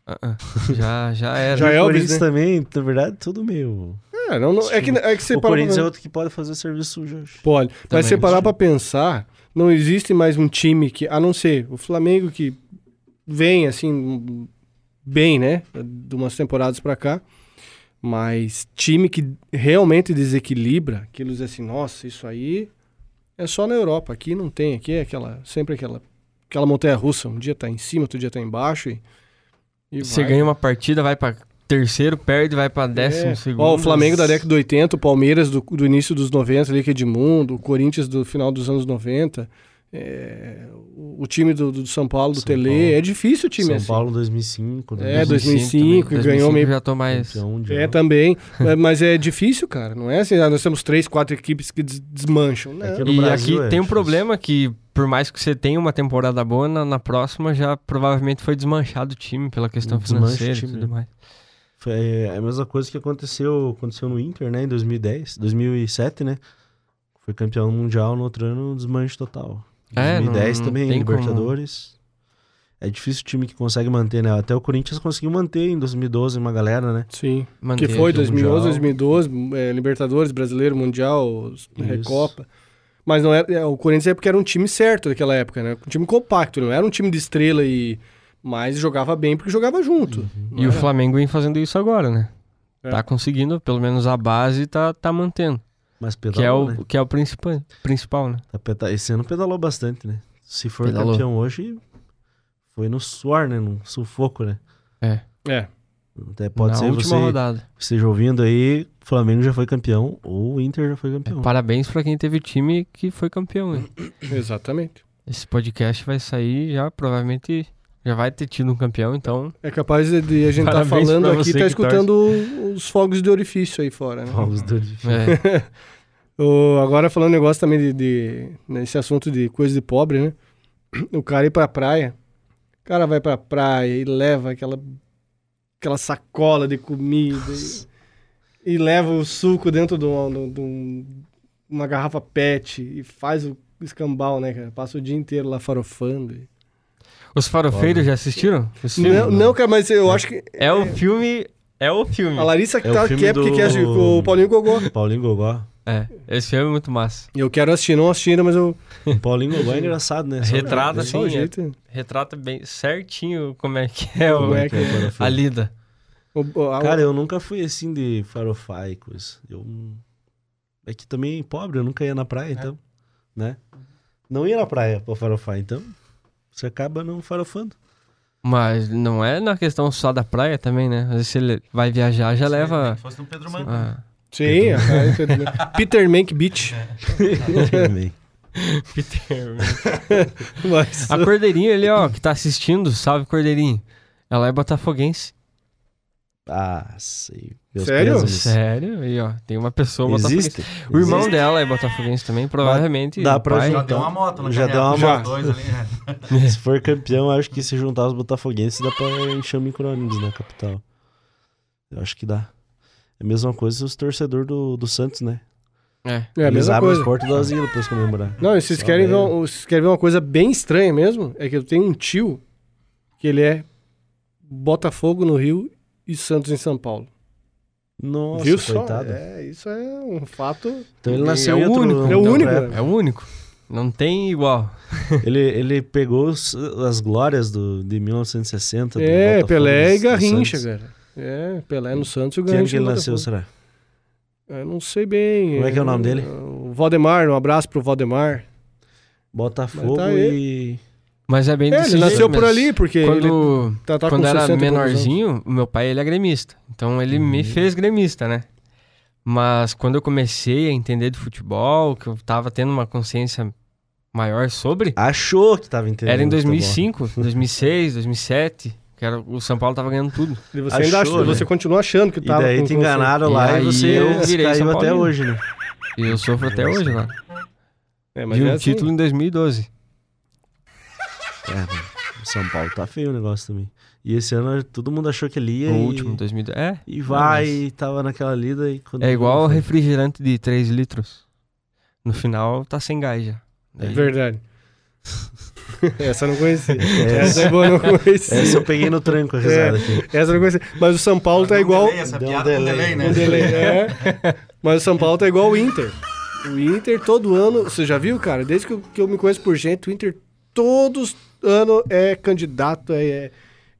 Speaker 3: Ah, ah. Já, já era.
Speaker 2: Já é
Speaker 4: o
Speaker 2: Elvis,
Speaker 4: Corinthians
Speaker 2: né?
Speaker 4: também, na verdade, tudo meio.
Speaker 2: É, não, não- é, que, é que você para
Speaker 4: o
Speaker 2: pra-
Speaker 4: Corinthians é outro que pode fazer serviço sujo. eu acho.
Speaker 2: Pode.
Speaker 3: Também
Speaker 2: Mas se parar
Speaker 4: acho.
Speaker 2: pra pensar, não existe mais um time que, a não ser o Flamengo que vem assim bem, né, de umas temporadas pra cá, mas time que realmente desequilibra, que eles assim, nossa, isso aí é só na Europa, aqui não tem, aqui é aquela sempre aquela aquela montanha russa, um dia tá em cima, outro dia tá embaixo e, e
Speaker 3: Você
Speaker 2: vai.
Speaker 3: ganha uma partida, vai pra terceiro, perde, vai pra décimo
Speaker 2: é É.
Speaker 3: segundo.
Speaker 2: Ó, o Flamengo da década de 80, o Palmeiras do, do início dos 90, ali que é Edmundo, o Corinthians do final dos anos 90, é, o, o time do, do São Paulo, do
Speaker 4: São
Speaker 2: Tele.
Speaker 4: Paulo.
Speaker 2: É difícil o time
Speaker 4: São
Speaker 2: assim.
Speaker 4: Paulo 2005,
Speaker 2: É,
Speaker 4: 2005,
Speaker 2: 2005,
Speaker 3: também.
Speaker 2: que ganhou
Speaker 3: 2005
Speaker 2: meio-
Speaker 3: Já tô mais...
Speaker 4: campeão de
Speaker 2: É, também. É, Mas é difícil, cara. Não é assim, ah, nós temos três, quatro equipes que des- desmancham. Não.
Speaker 4: É que no
Speaker 3: E
Speaker 4: Brasil
Speaker 3: aqui
Speaker 4: é
Speaker 3: tem um
Speaker 4: difícil.
Speaker 3: problema que, por mais que você tenha uma temporada boa, na, na próxima já provavelmente foi desmanchado o time pela questão
Speaker 4: Desmancha o
Speaker 3: financeira e
Speaker 4: time,
Speaker 3: tudo
Speaker 4: né?
Speaker 3: mais.
Speaker 4: Foi é, a mesma coisa que aconteceu, aconteceu no Inter, né, em 2010, 2007, né? Foi campeão mundial, no outro ano, desmanche total.
Speaker 3: É, não-
Speaker 4: 2010
Speaker 3: não
Speaker 4: também,
Speaker 3: tem
Speaker 4: Libertadores. É difícil o time que consegue manter, né? Até o Corinthians conseguiu manter em 2012 uma galera, né?
Speaker 2: Sim.
Speaker 3: Manter
Speaker 2: Que foi
Speaker 4: do-
Speaker 2: 2011,
Speaker 4: Mundial.
Speaker 2: 2012, é, Libertadores, Brasileiro, Mundial, Recopa. Mas não era, é, o Corinthians é porque era um time certo daquela época, né? Um time compacto, não era um time de estrela e mas jogava bem porque jogava junto. não
Speaker 3: Uhum. E o
Speaker 2: era?
Speaker 3: Flamengo vem fazendo isso agora, né?
Speaker 2: É.
Speaker 3: Tá conseguindo, pelo menos a base tá, tá mantendo.
Speaker 4: Mas
Speaker 3: que, é
Speaker 4: pedalou,
Speaker 3: o,
Speaker 4: né?
Speaker 3: que é o principal, principal, né?
Speaker 4: Tá peda- Esse ano pedalou bastante, né? Se for
Speaker 3: Pedalou.
Speaker 4: campeão hoje, foi no suor, né? Num sufoco, né?
Speaker 2: É.
Speaker 4: Até pode
Speaker 3: na
Speaker 4: ser
Speaker 3: última
Speaker 4: você
Speaker 3: rodada.
Speaker 4: esteja ouvindo aí, o Flamengo já foi campeão ou o Inter já foi campeão.
Speaker 3: É, Parabéns pra quem teve time que foi campeão, hein?
Speaker 2: Exatamente.
Speaker 3: Esse podcast vai sair já, provavelmente já vai ter tido um campeão, então
Speaker 2: É capaz de, de a gente estar tá
Speaker 3: Parabéns
Speaker 2: falando
Speaker 3: pra
Speaker 2: aqui,
Speaker 3: você
Speaker 2: tá
Speaker 3: que
Speaker 2: escutando os fogos de orifício aí fora, né?
Speaker 4: Fogos do artifício.
Speaker 3: é,
Speaker 2: O- agora falando um negócio também de, de- nesse assunto de coisa de pobre, né? O cara ir pra praia. O cara vai pra praia e leva aquela aquela sacola de comida e, e leva o suco dentro de, uma, de um- uma garrafa PET e faz o escambau, né, cara? Passa o dia inteiro lá farofando. e-
Speaker 3: Os farofeiros já assistiram? Esse filme?
Speaker 2: Não, não, cara, mas eu acho que
Speaker 3: É o filme. É o filme.
Speaker 2: a Larissa que
Speaker 4: É o
Speaker 2: tá,
Speaker 4: filme
Speaker 2: quer porque
Speaker 4: do-
Speaker 2: quer assistir com o Paulinho Gogó.
Speaker 4: Paulinho Gogó.
Speaker 3: É, esse filme é muito massa.
Speaker 2: E Eu quero assistir, não assisti ainda, mas eu
Speaker 4: O Paulinho Gogó é engraçado, né? Só-
Speaker 3: Retrata,
Speaker 2: só o
Speaker 3: assim, é,
Speaker 2: jeito.
Speaker 4: né?
Speaker 3: retrata bem certinho como é que é o,
Speaker 2: Como é que é?
Speaker 3: a lida.
Speaker 2: O- o- a-
Speaker 4: Cara, eu nunca fui assim de farofar e coisa. Eu É que também pobre, eu nunca ia na
Speaker 3: É.
Speaker 4: praia, então. Né? Não ia na praia pra farofar, então. Você acaba não farofando.
Speaker 3: Mas não é na questão só da praia também, né? Às vezes se ele vai viajar, já leva.
Speaker 5: Se fosse um Pedro Manco.
Speaker 3: Ah,
Speaker 2: Sim, a praia foi do- Peter Mank Beach.
Speaker 4: Também.
Speaker 3: Peter.
Speaker 4: É.
Speaker 2: Mas,
Speaker 4: Ah,
Speaker 3: A Cordeirinho ele, ó, que tá assistindo, salve Cordeirinho. Ela é botafoguense.
Speaker 4: ah, sei. Meus
Speaker 2: Sério?
Speaker 4: pésames.
Speaker 3: Sério? E ó, tem uma pessoa botafoguense.
Speaker 4: Existe?
Speaker 3: O irmão
Speaker 4: Existe.
Speaker 3: dela é botafoguense também, provavelmente.
Speaker 4: Dá
Speaker 3: o
Speaker 4: pra
Speaker 3: pai.
Speaker 5: Já
Speaker 4: juntar.
Speaker 5: deu uma moto, né?
Speaker 4: Já deu uma
Speaker 2: moto.
Speaker 5: Dois ali, né?
Speaker 4: Se for campeão, acho que se juntar os botafoguenses dá pra encher o micro-ônibus na capital. Eu acho que dá. É a mesma coisa os torcedores do, do Santos, né?
Speaker 3: É.
Speaker 2: é a
Speaker 4: Eles
Speaker 2: mesma
Speaker 4: abrem
Speaker 2: coisa.
Speaker 4: as portas do asilo pra eles comemorar.
Speaker 2: Não, e vocês
Speaker 4: Só
Speaker 2: querem, ver, um-
Speaker 4: daí, né?
Speaker 2: vocês querem ver uma coisa bem estranha mesmo? É que eu tenho um tio que ele é Botafogo no Rio e Santos em São Paulo.
Speaker 4: Nossa,
Speaker 2: Viu
Speaker 4: coitado.
Speaker 2: só? É, isso é um fato.
Speaker 4: Então ele
Speaker 3: É
Speaker 4: nasceu
Speaker 3: o
Speaker 4: em outro,
Speaker 3: único.
Speaker 2: É o
Speaker 4: outra
Speaker 2: único,
Speaker 4: época.
Speaker 2: né?
Speaker 3: É o único. Não tem igual.
Speaker 4: Ele, ele pegou os- as glórias do, de 1960. do
Speaker 2: É,
Speaker 4: Botafogo,
Speaker 2: Pelé e
Speaker 4: do
Speaker 2: Garrincha,
Speaker 4: Santos.
Speaker 2: cara. É, Pelé no Santos e o
Speaker 4: Que ano
Speaker 2: Garrincha
Speaker 4: que ele
Speaker 2: no
Speaker 4: nasceu,
Speaker 2: Botafogo.
Speaker 4: será?
Speaker 2: Eu não sei bem.
Speaker 4: Como é que é o nome dele?
Speaker 2: O Valdemar, um abraço pro Valdemar.
Speaker 4: Botafogo
Speaker 2: Mas tá
Speaker 4: e...
Speaker 3: Mas é bem
Speaker 2: É,
Speaker 3: desse
Speaker 2: ele nasceu
Speaker 3: jeito
Speaker 2: por
Speaker 3: mesmo.
Speaker 2: ali, porque ele
Speaker 3: Quando,
Speaker 2: tá, tá
Speaker 3: quando
Speaker 2: com
Speaker 3: era
Speaker 2: 60 e poucos anos. Hum.
Speaker 3: menorzinho, o meu pai ele é gremista. Então ele me fez gremista, né? Mas quando eu comecei a entender de futebol, que eu tava tendo uma consciência maior sobre,
Speaker 4: Achou que tava entendendo.
Speaker 3: era em
Speaker 4: futebol.
Speaker 3: 2005, 2006, 2007, que era, o São Paulo tava ganhando tudo.
Speaker 2: E você ainda
Speaker 4: Achou,
Speaker 2: acha-
Speaker 4: né?
Speaker 2: você continua achando que
Speaker 4: E
Speaker 2: tava
Speaker 4: daí
Speaker 2: com-
Speaker 4: te
Speaker 2: com-
Speaker 4: enganaram
Speaker 3: E
Speaker 4: lá e
Speaker 3: aí
Speaker 4: você
Speaker 3: eu virei
Speaker 4: caiu
Speaker 3: São
Speaker 4: até
Speaker 3: Paulino.
Speaker 4: hoje, né?
Speaker 3: E eu sofro até hoje lá.
Speaker 2: É, mas
Speaker 3: De
Speaker 2: é
Speaker 3: um
Speaker 2: assim.
Speaker 3: título em 2012.
Speaker 4: É, mano, São Paulo tá feio o negócio também. E esse ano todo mundo achou que ele ia
Speaker 3: O
Speaker 4: e,
Speaker 3: último, 2012. É.
Speaker 4: e vai,
Speaker 3: Não,
Speaker 4: e tava naquela lida e quando
Speaker 3: mas É igual refrigerante de 3 litros. No final tá sem gás já.
Speaker 2: É
Speaker 3: Daí-
Speaker 2: Verdade. Essa eu não conhecia.
Speaker 4: Essa,
Speaker 2: Essa é boa, eu não conhecia. É,
Speaker 4: essa eu peguei no tranco a risada aqui.
Speaker 2: Essa eu não conhecia. Mas o São Paulo tá
Speaker 5: Deu um
Speaker 2: igual.
Speaker 5: delay, essa
Speaker 4: Deu um
Speaker 5: piada com
Speaker 4: delay,
Speaker 5: delay, né?
Speaker 2: Um delay, é. Mas o São Paulo tá igual o Inter. O Inter todo ano. Você já viu, cara? Desde que eu, que eu me conheço por gente, o Inter todos ano é candidato, é, é-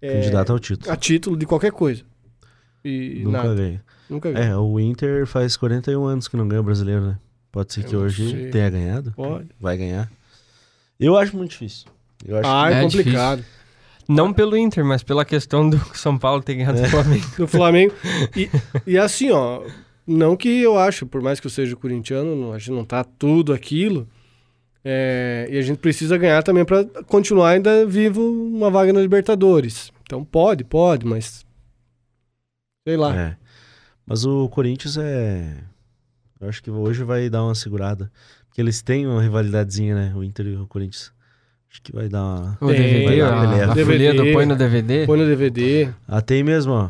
Speaker 2: é
Speaker 4: Candidato ao título.
Speaker 2: a título de qualquer coisa. E
Speaker 4: Nunca
Speaker 2: nada.
Speaker 4: ganha.
Speaker 2: Nunca ganha.
Speaker 4: É, o Inter faz 41 anos que não ganha o brasileiro, né? Pode ser que
Speaker 2: Eu não
Speaker 4: hoje
Speaker 2: sei.
Speaker 4: tenha ganhado.
Speaker 2: Pode.
Speaker 4: Vai ganhar. Eu acho muito difícil. Eu acho
Speaker 2: Ah,
Speaker 3: que
Speaker 2: é,
Speaker 3: é
Speaker 2: complicado.
Speaker 3: Não pelo Inter, mas pela questão do São Paulo ter ganhado
Speaker 2: É.
Speaker 3: o Flamengo.
Speaker 2: do Flamengo. E, e assim, ó, não que eu acho, por mais que eu seja corintiano, não- a gente não tá tudo aquilo. é, e a gente precisa ganhar também para continuar ainda vivo uma vaga na Libertadores. Então pode, pode, mas. Sei lá.
Speaker 4: É. Mas o Corinthians é. Eu acho que hoje vai dar uma segurada. Porque eles têm uma rivalidadezinha, né? O Inter e o Corinthians. Acho que vai dar uma.
Speaker 3: O
Speaker 2: Tem,
Speaker 3: DVD,
Speaker 4: vai lá,
Speaker 3: a, a
Speaker 2: DVD.
Speaker 3: folha do Põe no DVD.
Speaker 2: Põe no DVD.
Speaker 4: Até aí Ah, mesmo, ó.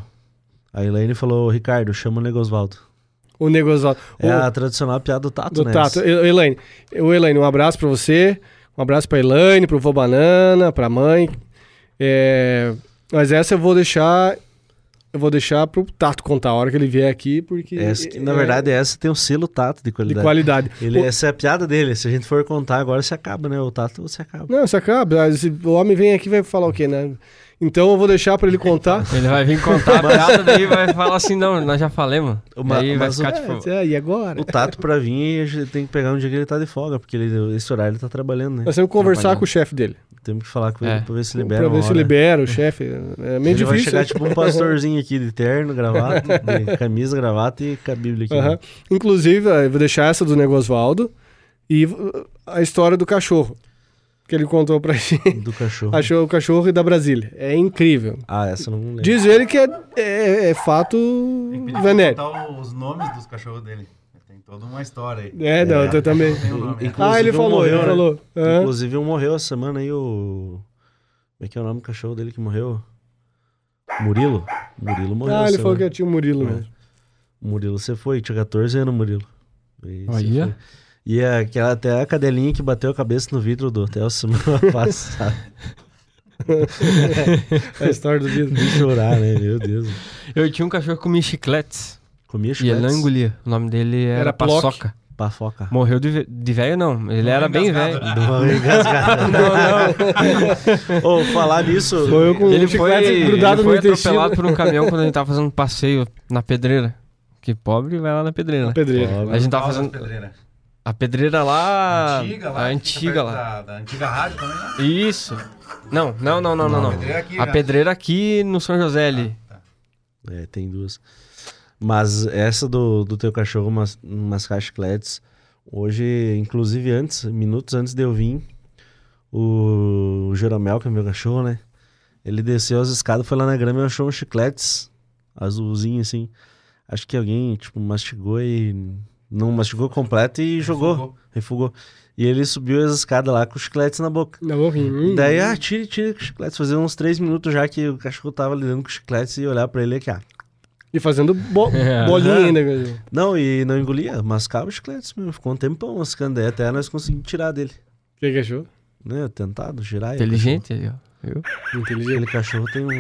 Speaker 4: A Elaine falou, Ricardo, chama o Negosvaldo.
Speaker 2: O negócio.
Speaker 4: É a tradicional piada do Tato,
Speaker 2: Do
Speaker 4: né?
Speaker 2: Tato. E- Elaine, eu, Elaine, um abraço pra você. Um abraço pra Elaine, pro Vô Banana, pra mãe. É, mas essa eu vou deixar. Eu vou deixar pro Tato contar a hora que ele vier aqui, porque.
Speaker 4: Essa que, na
Speaker 2: é
Speaker 4: verdade, essa tem o selo Tato de
Speaker 2: de
Speaker 4: qualidade.
Speaker 2: qualidade.
Speaker 4: Ele,
Speaker 2: O-
Speaker 4: Essa é a piada dele. Se a gente for contar agora, se acaba, né? O Tato se acaba.
Speaker 2: Não, você acaba. Esse- O homem vem aqui e vai falar o quê, né? Então eu vou deixar pra ele contar.
Speaker 3: Ele vai vir contar a piada, daí vai falar assim, não, nós já falamos.
Speaker 4: Uma-
Speaker 3: Aí vai
Speaker 4: mas
Speaker 3: ficar
Speaker 4: o-
Speaker 3: tipo...
Speaker 2: É, e agora?
Speaker 4: O Tato, pra vir, a gente tem que pegar um dia que ele tá de folga, porque ele, esse horário ele tá trabalhando, né?
Speaker 2: Nós temos que conversar
Speaker 3: Trabalhando.
Speaker 2: com o chefe dele.
Speaker 4: Temos que falar com ele
Speaker 3: É.
Speaker 4: pra ver se libera.
Speaker 2: pra ver
Speaker 4: uma
Speaker 2: se
Speaker 4: hora.
Speaker 2: libera o chefe. É meio
Speaker 4: ele
Speaker 2: difícil.
Speaker 4: vai chegar tipo um pastorzinho aqui de terno, gravata, de camisa, gravata e com a Bíblia aqui.
Speaker 2: Aham.
Speaker 4: né?
Speaker 2: Inclusive, eh, eu vou deixar essa do Negosvaldo e uh, a história do cachorro. Que ele contou pra gente.
Speaker 4: Do cachorro.
Speaker 2: Achou o cachorro e da Brasília. É incrível.
Speaker 4: Ah, essa eu não lembro.
Speaker 2: Diz ele que é, é- é fato
Speaker 5: Tem que pedir pra
Speaker 2: venéreo.
Speaker 5: contar os nomes dos cachorros dele. Tem toda uma história aí.
Speaker 2: É, não, eu também.
Speaker 5: Tem o nome, né?
Speaker 2: Ah, ele
Speaker 4: um
Speaker 2: falou,
Speaker 4: morreu,
Speaker 2: ele
Speaker 4: né?
Speaker 2: falou. Hã?
Speaker 4: Inclusive, um morreu essa semana aí, o. Como é que é o nome do cachorro dele que morreu? Murilo? Murilo morreu.
Speaker 2: Ah,
Speaker 4: essa
Speaker 2: ele falou que
Speaker 4: semana.
Speaker 2: é tio Murilo
Speaker 4: É.
Speaker 2: mesmo.
Speaker 4: Murilo, você foi, tinha 14 anos, Murilo. E você
Speaker 3: Olha.
Speaker 4: foi. E é aquela, até a cadelinha que bateu a cabeça no vidro do hotel semana passada.
Speaker 2: A história do vidro.
Speaker 4: De chorar, né? Meu Deus.
Speaker 3: Eu tinha um cachorro que comia chicletes.
Speaker 4: Comia
Speaker 3: E é
Speaker 4: chiclete.
Speaker 3: ele não engolia. O nome dele era,
Speaker 2: Era Plock.
Speaker 3: Paçoca.
Speaker 4: Pafoca.
Speaker 3: Morreu de, ve- de velho, não. Ele era bem velho.
Speaker 5: engasgado.
Speaker 4: Deu uma engasgada. Ô, falar nisso.
Speaker 2: Foi eu com
Speaker 3: Ele
Speaker 2: um
Speaker 3: foi,
Speaker 2: chiclete
Speaker 3: ele
Speaker 2: grudado no
Speaker 3: foi
Speaker 2: intestino.
Speaker 3: atropelado por um caminhão quando a gente tava fazendo um passeio na pedreira. Porque pobre vai lá na pedreira. né?
Speaker 2: Pedreiro.
Speaker 4: Pobre.
Speaker 3: A gente tava
Speaker 5: Paulo das
Speaker 3: fazendo.
Speaker 5: Pedreiras.
Speaker 3: A pedreira lá.
Speaker 5: Antiga lá.
Speaker 3: A
Speaker 5: que fica
Speaker 3: antiga
Speaker 5: perto
Speaker 3: lá.
Speaker 5: Da, da antiga rádio também, né?
Speaker 3: Isso. Não, não, não, não, não. não.
Speaker 5: a pedreira aqui
Speaker 3: A
Speaker 5: já.
Speaker 3: pedreira aqui no São José ali.
Speaker 4: É, tem duas. Mas essa do, do teu cachorro mas, mascar chicletes, hoje, inclusive antes, minutos antes de eu vir, o, Jeromel, que é meu cachorro, né? Ele desceu as escadas, foi lá na grama e achou uns chicletes azulzinho assim. Acho que alguém, tipo, mastigou e. Não mastigou completo e jogou,
Speaker 5: Ficou.
Speaker 4: refugou. E ele subiu as escadas lá com os chicletes na boca.
Speaker 2: Na boquinha. Hum.
Speaker 4: Daí, ah, tire, tire com os chicletes. Fazia uns três minutos já que o cachorro tava lidando com os chicletes e olhar pra ele aqui, ah.
Speaker 2: E fazendo bo-
Speaker 3: É.
Speaker 2: bolinha né,
Speaker 4: Aham.
Speaker 2: ainda. cara.
Speaker 4: Não, e não engolia, mascava os chicletes mesmo. Ficou um tempão mascando. Daí até nós conseguimos tirar dele.
Speaker 2: Que que achou?
Speaker 4: Né? Tentado, girar. ele.
Speaker 3: Inteligente aí, ó. Viu?
Speaker 2: Inteligente.
Speaker 4: Aquele cachorro tem um.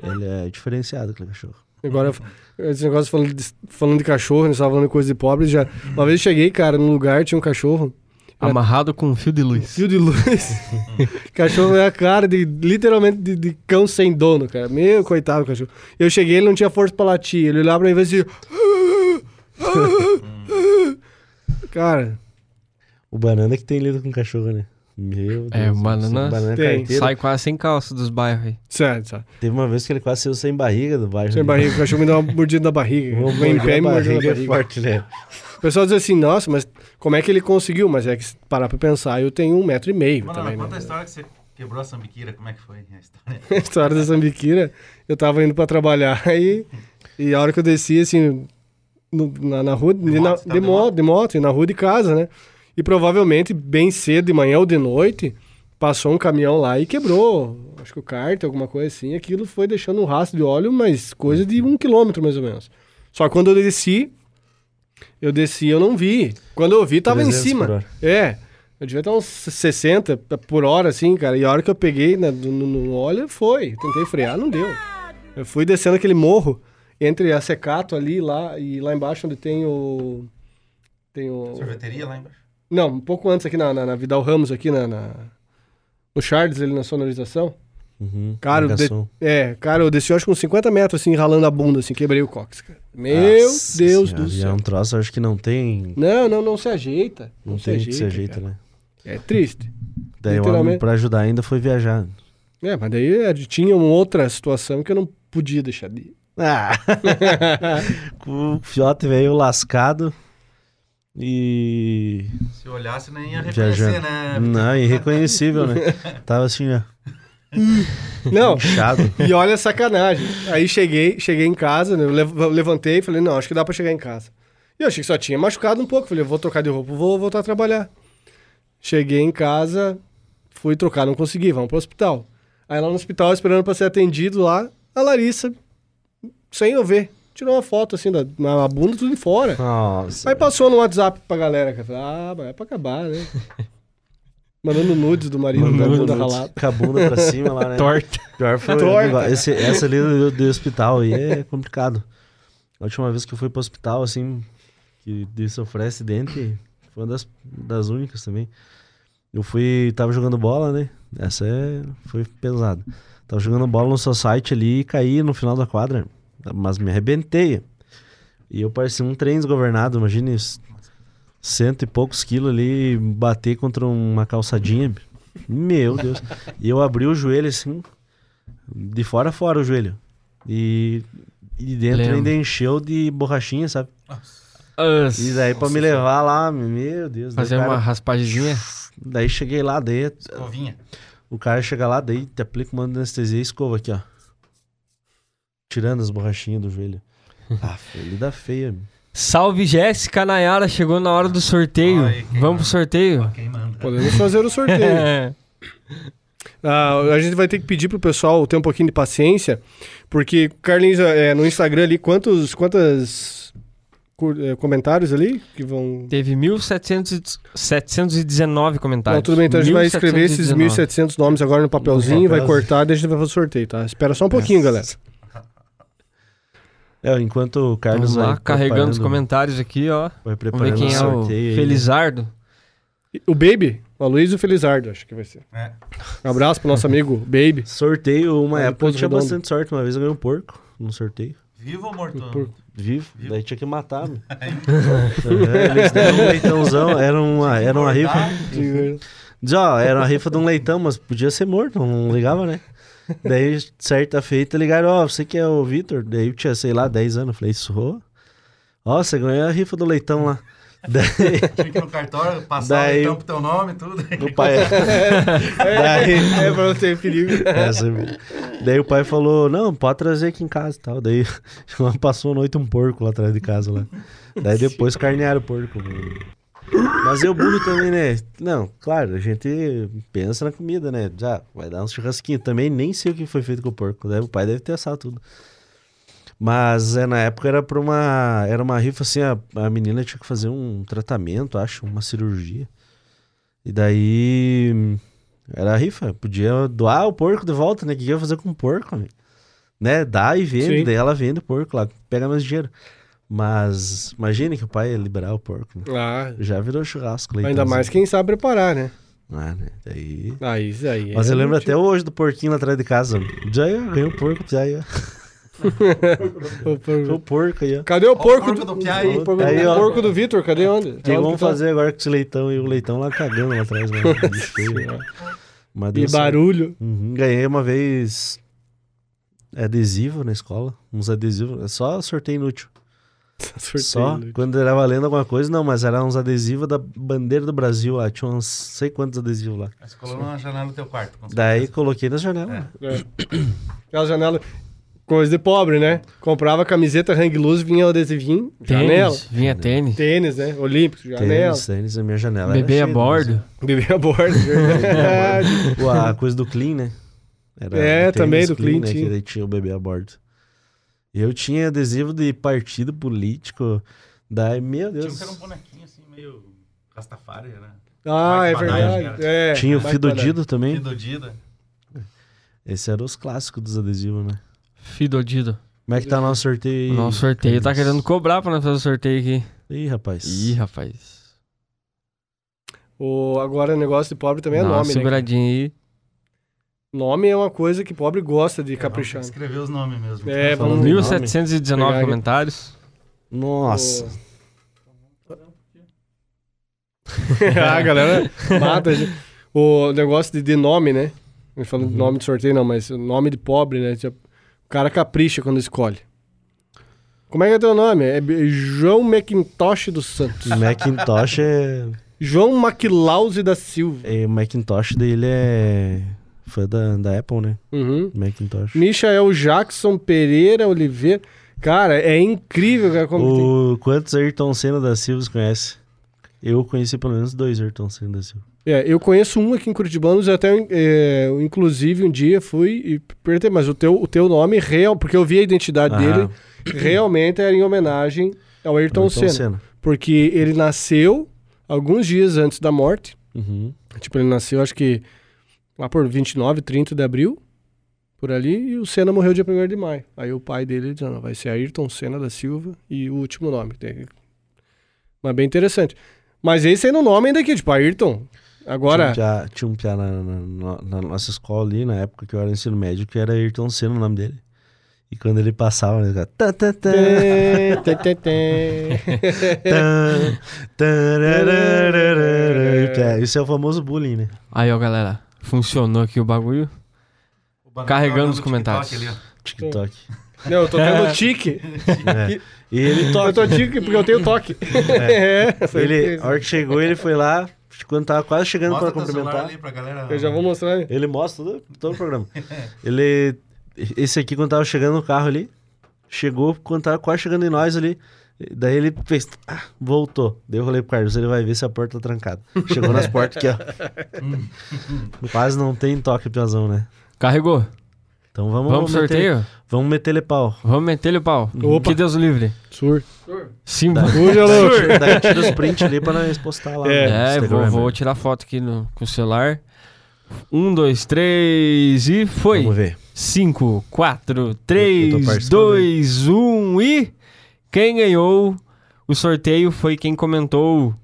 Speaker 4: Ele é diferenciado, aquele cachorro.
Speaker 2: Agora, esse negócio falando de, falando de cachorro, né? Você tava falando de coisa de pobre. Já... Uma vez eu cheguei, cara, num lugar, tinha um cachorro.
Speaker 3: Amarrado com um fio de luz.
Speaker 2: Fio de luz. cachorro é a cara de, literalmente, de, de cão sem dono, cara. Meu, coitado do cachorro. Eu cheguei, ele não tinha força pra latir. Ele olhava pra mim e fazia assim... cara,
Speaker 4: O banana é que tem lido com cachorro, né? Meu Deus.
Speaker 3: É, o
Speaker 4: do céu,
Speaker 3: banana
Speaker 4: o banana
Speaker 2: tem.
Speaker 4: carteiro.
Speaker 3: Sai quase sem calça dos bairros aí.
Speaker 2: sério, sabe?
Speaker 4: Teve uma vez que ele quase saiu sem barriga do bairro. né?
Speaker 2: Sem barriga, o cachorro me deu uma mordida na barriga.
Speaker 4: Vou
Speaker 2: Vem em pé e me
Speaker 4: morder a
Speaker 2: mordeu na
Speaker 4: barriga, é
Speaker 2: barriga.
Speaker 4: forte, né?
Speaker 2: O pessoal diz assim, nossa, mas como é que ele conseguiu? Mas é que se parar pra pensar, eu tenho um metro e meio
Speaker 5: Mano,
Speaker 2: também,
Speaker 5: conta a
Speaker 2: né?
Speaker 5: história que você quebrou a sambiquira, como é que foi a história?
Speaker 2: A história da Zambiquira, eu tava indo pra trabalhar e, e a hora que eu desci, assim, no- na, na rua, de,
Speaker 5: moto,
Speaker 2: na-
Speaker 5: você tava
Speaker 2: de
Speaker 5: de
Speaker 2: mo-
Speaker 5: moto?
Speaker 2: de moto, e na rua de casa, né? E provavelmente, bem cedo, de manhã ou de noite, passou um caminhão lá e quebrou, acho que o cárter, alguma coisa assim. Aquilo foi deixando um rastro de óleo, mas coisa de um quilômetro, mais ou menos. Só que quando eu desci, eu desci eu não vi. Quando eu vi, tava em
Speaker 4: 300 por
Speaker 2: cima.
Speaker 4: hora.
Speaker 2: É. Eu devia estar uns 60 por hora, assim, cara. E a hora que eu peguei né, no, no- no óleo, foi. Tentei frear, não deu. Eu fui descendo aquele morro entre a Secato ali lá e lá embaixo onde tem o. Tem o.
Speaker 5: Sorveteria lá embaixo.
Speaker 2: Não, um pouco antes aqui na, na, na Vidal Ramos, aqui na, na- no Charles, ali na sonorização.
Speaker 4: Uhum,
Speaker 2: Cara, eu de-
Speaker 4: marcação.
Speaker 2: é, cara, eu desci eu acho que uns 50 metros, assim, ralando a bunda, assim, quebrei o cóccix, cara. Meu
Speaker 4: Nossa
Speaker 2: Deus
Speaker 4: senhora,
Speaker 2: do
Speaker 4: E é
Speaker 2: céu.
Speaker 4: um troço, acho que não tem.
Speaker 2: Não, não, não se ajeita. Não,
Speaker 4: Não
Speaker 2: se
Speaker 4: tem
Speaker 2: ajeita.
Speaker 4: que se ajeita,
Speaker 2: cara.
Speaker 4: né?
Speaker 2: É triste.
Speaker 4: Daí o homem,
Speaker 2: Literalmente.
Speaker 4: pra ajudar ainda, foi viajar.
Speaker 2: É, mas daí é, tinha uma outra situação que eu não podia deixar de ir.
Speaker 4: Ah. o fiote veio lascado e.
Speaker 5: Se olhasse, nem ia reconhecer, né?
Speaker 4: Não, irreconhecível, né? Tava assim, ó,
Speaker 2: Não,
Speaker 4: inchado.
Speaker 2: e olha a sacanagem. Aí cheguei, cheguei em casa, né, eu lev- levantei e falei, não, acho que dá pra chegar em casa. E eu achei que só tinha machucado um pouco. Falei, eu vou trocar de roupa, vou voltar a trabalhar. Cheguei em casa, fui trocar, não consegui, vamos pro hospital. Aí lá no hospital, esperando pra ser atendido lá, a Larissa, sem eu ver, tirou uma foto assim, da, na bunda tudo de fora.
Speaker 4: Nossa.
Speaker 2: Aí passou no WhatsApp pra galera, cara. Ah, mas é pra acabar, né? Mandando nudes do marido da
Speaker 4: Mandou
Speaker 2: bunda
Speaker 4: nudes,
Speaker 2: ralada.
Speaker 4: Com a bunda pra cima lá, né?
Speaker 3: Torta.
Speaker 4: Pior foi o
Speaker 2: Torta.
Speaker 4: negócio- esse- essa ali do, do hospital aí é complicado. A última vez que eu fui pro hospital, assim, que de sofrer acidente, foi uma das, das únicas também. Eu fui, tava jogando bola, né? Essa é, foi pesada. Tava jogando bola no seu site ali e caí no final da quadra, mas me arrebentei. E eu parecia um trem desgovernado, imagine isso. Cento e poucos quilos ali, bater contra uma calçadinha. Meu Deus. E eu abri o joelho assim, de fora a fora o joelho. E, e dentro
Speaker 3: Lembro.
Speaker 4: ainda encheu de borrachinha, sabe?
Speaker 3: Nossa.
Speaker 4: E daí pra me levar lá, meu Deus. daí
Speaker 3: Fazer
Speaker 4: o cara-
Speaker 3: uma raspagemzinha.
Speaker 4: Daí cheguei lá, daí
Speaker 5: Escovinha.
Speaker 4: o cara chega lá, daí te aplica uma anestesia e escova aqui, ó. Tirando as borrachinhas do joelho. Ah, ele dá feia. meu.
Speaker 3: Salve Jéssica Nayara, chegou na hora do sorteio.
Speaker 5: Ai, que
Speaker 3: Vamos pro sorteio?
Speaker 5: Quem manda?
Speaker 2: Podemos fazer o sorteio.
Speaker 3: É.
Speaker 2: Ah, a gente vai ter que pedir pro pessoal ter um pouquinho de paciência, porque, Carlinhos, é, no Instagram ali, quantos, quantas cur- é, comentários ali que vão...
Speaker 3: Teve 1.719 comentários.
Speaker 2: Não, tudo bem, então a gente vai escrever esses
Speaker 3: 1.719.
Speaker 2: 1.700 nomes agora no papelzinho,
Speaker 4: No
Speaker 2: vai
Speaker 4: papelzinho.
Speaker 2: cortar e a gente vai fazer o sorteio, tá? Espera só um pouquinho, galera.
Speaker 4: É, enquanto o Carlos
Speaker 3: Vamos lá,
Speaker 4: vai
Speaker 3: carregando os
Speaker 4: preparando-
Speaker 3: comentários aqui, ó.
Speaker 4: Vai
Speaker 3: Vamos ver
Speaker 4: preparando
Speaker 3: quem
Speaker 4: o
Speaker 3: é o
Speaker 4: sorteio. aí, né?
Speaker 3: Felizardo.
Speaker 2: O Baby, o Aloysio Felizardo, acho que vai ser.
Speaker 5: É.
Speaker 2: Um abraço pro nosso amigo Baby.
Speaker 4: né? Sorteio, uma
Speaker 2: Ah,
Speaker 4: época eu
Speaker 2: depois
Speaker 4: tinha
Speaker 2: redondo.
Speaker 4: bastante sorte. Uma vez eu ganhei um porco num sorteio.
Speaker 5: Vivo ou morto?
Speaker 2: Porco.
Speaker 4: Vivo,
Speaker 5: Vivo.
Speaker 4: daí tinha que matar. meu. É, eles deram um
Speaker 5: então.
Speaker 4: leitãozão, era
Speaker 2: Ah,
Speaker 4: uma,
Speaker 2: um
Speaker 4: era uma rifa. Diz, ó, era uma rifa de um leitão, mas podia ser morto, não ligava, né? Daí, certa feita, ligaram, ó, você que é o Vitor? Daí eu tinha, sei lá, 10 anos. Eu falei, isso, ó, você ganhou a rifa do leitão lá. Daí,
Speaker 5: Tinha que ir no cartório, passar
Speaker 4: Daí-
Speaker 5: o tampo teu nome e tudo.
Speaker 4: o pai... é. Daí...
Speaker 2: É pra não ter perigo.
Speaker 4: Essa é boa. Daí o pai falou, não, pode trazer aqui em casa e tal. Daí passou a noite um porco lá atrás de casa lá. Daí depois carnearam o porco. né? mano. Mas eu burro também, né? Não, claro, a gente pensa na comida, né? Já, vai dar um churrasquinho. Também nem sei o que foi feito com o porco. Daí o pai deve ter assado tudo. Mas é, na época era pra uma. Era uma rifa assim, a, a menina tinha que fazer um tratamento, acho, uma cirurgia. E daí. Era a rifa. Podia doar o porco de volta, né? O que que eu ia fazer com o porco, né? né? Dá e vende,
Speaker 2: Sim.
Speaker 4: daí ela vende o porco lá, pega mais dinheiro. Mas imagine que o pai ia liberar o porco. né?
Speaker 2: Ah,
Speaker 4: Já virou churrasco.
Speaker 2: ainda
Speaker 4: leitãozinho.
Speaker 2: mais quem sabe preparar, né?
Speaker 4: Ah, né? Daí...
Speaker 2: Aí, isso aí.
Speaker 4: Mas
Speaker 2: é
Speaker 4: eu lembro
Speaker 2: muito-
Speaker 4: até hoje do porquinho lá atrás de casa. Já eu ganhei o porco, já eu.
Speaker 2: O porco-
Speaker 4: O porco aí, ó.
Speaker 2: Tipo, Cadê o porco,
Speaker 5: porco do Piá aí?
Speaker 2: O porco,
Speaker 4: Aí, ó.
Speaker 2: o porco do Vitor, cadê onde? tá?
Speaker 4: O que vamos fazer agora com esse leitão e o leitão lá cagando lá atrás? Né? Bicho feio, né? Mas deu
Speaker 2: é. E
Speaker 4: certo.
Speaker 2: barulho.
Speaker 4: Uhum, Ganhei uma vez adesivo na escola. Uns adesivos. é Só sorteio inútil.
Speaker 2: Sorteio,
Speaker 4: Só
Speaker 2: né?
Speaker 4: quando era valendo alguma coisa, não, mas era uns adesivos da bandeira do Brasil lá. Tinha uns sei quantos adesivos lá.
Speaker 5: Mas colou na janela do teu quarto. com
Speaker 4: Daí
Speaker 5: certeza.
Speaker 4: coloquei na janela. né?
Speaker 2: É. Aquela janela. Coisa de pobre, né? Comprava camiseta, hang loose, vinha o adesivinho, janela.
Speaker 3: Tênis, vinha tênis.
Speaker 2: Tênis, né? Olímpico, janela.
Speaker 4: Tênis, tênis, a minha janela.
Speaker 3: Bebê
Speaker 4: era
Speaker 3: a
Speaker 4: cheia de
Speaker 3: bordo.
Speaker 2: Bebia a bordo. verdade.
Speaker 4: adesivo.
Speaker 3: É,
Speaker 4: Pô,
Speaker 3: tipo,
Speaker 4: a coisa do Clean, né? Era
Speaker 2: É,
Speaker 4: o
Speaker 2: também do Clean,
Speaker 4: Né?
Speaker 2: tinha.
Speaker 4: Que daí tinha o bebê a bordo. E eu tinha adesivo de partido político. Daí, meu
Speaker 5: Tinha um
Speaker 4: Deus.
Speaker 5: que era um bonequinho assim, meio Rastafari, né?
Speaker 2: Ah, é
Speaker 5: Mike Banana,
Speaker 2: verdade.
Speaker 5: cara.
Speaker 2: É,
Speaker 4: Tinha o
Speaker 5: né?
Speaker 2: Mike
Speaker 4: Fido
Speaker 2: Banana.
Speaker 4: Dido também.
Speaker 5: Dido Dida.
Speaker 4: Esse era os clássicos dos adesivos, né?
Speaker 3: Fidodido.
Speaker 4: Como é que tá o nosso sorteio aí?
Speaker 3: O nosso sorteio tá
Speaker 4: Carlinhos?
Speaker 3: querendo cobrar pra nós fazer o sorteio aqui.
Speaker 4: Ih, rapaz.
Speaker 3: Ih, rapaz.
Speaker 2: O, agora, negócio de pobre também é
Speaker 3: Dá uma
Speaker 2: nome, né?
Speaker 3: seguradinha aí.
Speaker 2: Nome é uma coisa que pobre gosta de caprichar. né?
Speaker 5: Vamos Escrever os nomes mesmo.
Speaker 2: É,
Speaker 4: falando
Speaker 2: vamos
Speaker 4: de nome.
Speaker 3: 1719
Speaker 2: Pegar aqui.
Speaker 3: comentários.
Speaker 4: Nossa.
Speaker 2: ah, a galera mata. a gente. O negócio de, de nome, né? Não Falando
Speaker 4: Uhum.
Speaker 2: de nome de sorteio, não, mas o nome de pobre, né? Tipo, O cara capricha quando escolhe. Como é que é teu nome? É B- João McIntosh dos Santos.
Speaker 4: Macintosh é...
Speaker 2: João McLause da Silva.
Speaker 4: é. Macintosh dele é. Fã da, da Apple, né?
Speaker 2: Uhum.
Speaker 4: Macintosh.
Speaker 2: Michael Jackson Pereira Oliveira. Cara, é incrível, cara, como tem.
Speaker 4: O... Quantos Ayrton Senna da Silva você conhece? Eu conheci pelo menos dois Ayrton Senna da Silva.
Speaker 2: É, eu conheço um aqui em Curitibanos, eu até, é, eu, inclusive, um dia fui e perguntei, mas o teu, o teu nome real, porque eu vi a identidade
Speaker 4: Aham.
Speaker 2: dele, realmente era em homenagem ao Ayrton, Senna, Porque ele nasceu alguns dias antes da morte.
Speaker 4: Uhum.
Speaker 2: Tipo, ele nasceu, acho que lá por 29, 30 de abril, por ali, e o Senna morreu dia 1 de maio. Aí o pai dele disse, "Não, vai ser Ayrton Senna da Silva e o último nome. Tem- Mas bem interessante. Mas esse ainda é o nome ainda aqui, tipo, Ayrton. Agora,
Speaker 4: Tinha um piá, tinha um piá na, na- na- na nossa escola ali, na época que eu era no ensino médio, que era Ayrton Senna o nome dele. E quando ele passava, ele ficava. tá, tá, tá,
Speaker 2: Tê, tê, tê, tê.
Speaker 4: tá, tararararara. Isso é o famoso bullying, né?
Speaker 3: Aí, ó, galera. Funcionou aqui o bagulho.
Speaker 5: O banana
Speaker 3: Carregando
Speaker 5: tá
Speaker 3: os
Speaker 5: olhando o
Speaker 3: comentários.
Speaker 5: TikTok ali, ó.
Speaker 4: TikTok.
Speaker 2: Não, eu tô tendo tique.
Speaker 4: É. E ele
Speaker 2: Eu
Speaker 4: toca.
Speaker 2: tô tique porque eu tenho toque. É, foi
Speaker 4: Ele,
Speaker 2: isso.
Speaker 4: a hora que chegou, ele foi lá, quando tava quase chegando
Speaker 5: Mostra
Speaker 4: para
Speaker 5: teu celular
Speaker 4: cumprimentar.
Speaker 5: ali pra galera.
Speaker 2: Eu já vou mostrar.
Speaker 4: Ele mostra todo, todo o programa. Ele. Esse aqui, quando tava chegando no carro ali, chegou, quando tava quase chegando em nós ali. Daí ele fez. Ah, voltou. Daí eu falei pro Carlos, ele vai ver se a porta tá trancada. Chegou nas portas aqui, ó. quase não tem toque, Piazão, né?
Speaker 3: Carregou.
Speaker 4: Então vamos.
Speaker 3: Vamos pro
Speaker 4: meter-
Speaker 3: sorteio?
Speaker 4: Vamos meter ele pau.
Speaker 3: Vamos meter-lhe o pau.
Speaker 2: Opa.
Speaker 3: Que Deus o livre.
Speaker 2: Sur.
Speaker 3: Sim,
Speaker 2: Puja, louco.
Speaker 4: Daí tira os prints ali pra nós postar lá.
Speaker 2: É.
Speaker 4: no
Speaker 3: É, vou,
Speaker 4: Instagram. né?
Speaker 3: vou tirar foto aqui no, com o celular. Um, dois, três e foi.
Speaker 4: Vamos ver.
Speaker 3: Cinco, quatro,
Speaker 4: Eu tô
Speaker 3: três,
Speaker 4: participando
Speaker 3: dois, um e. Quem ganhou o sorteio foi quem comentou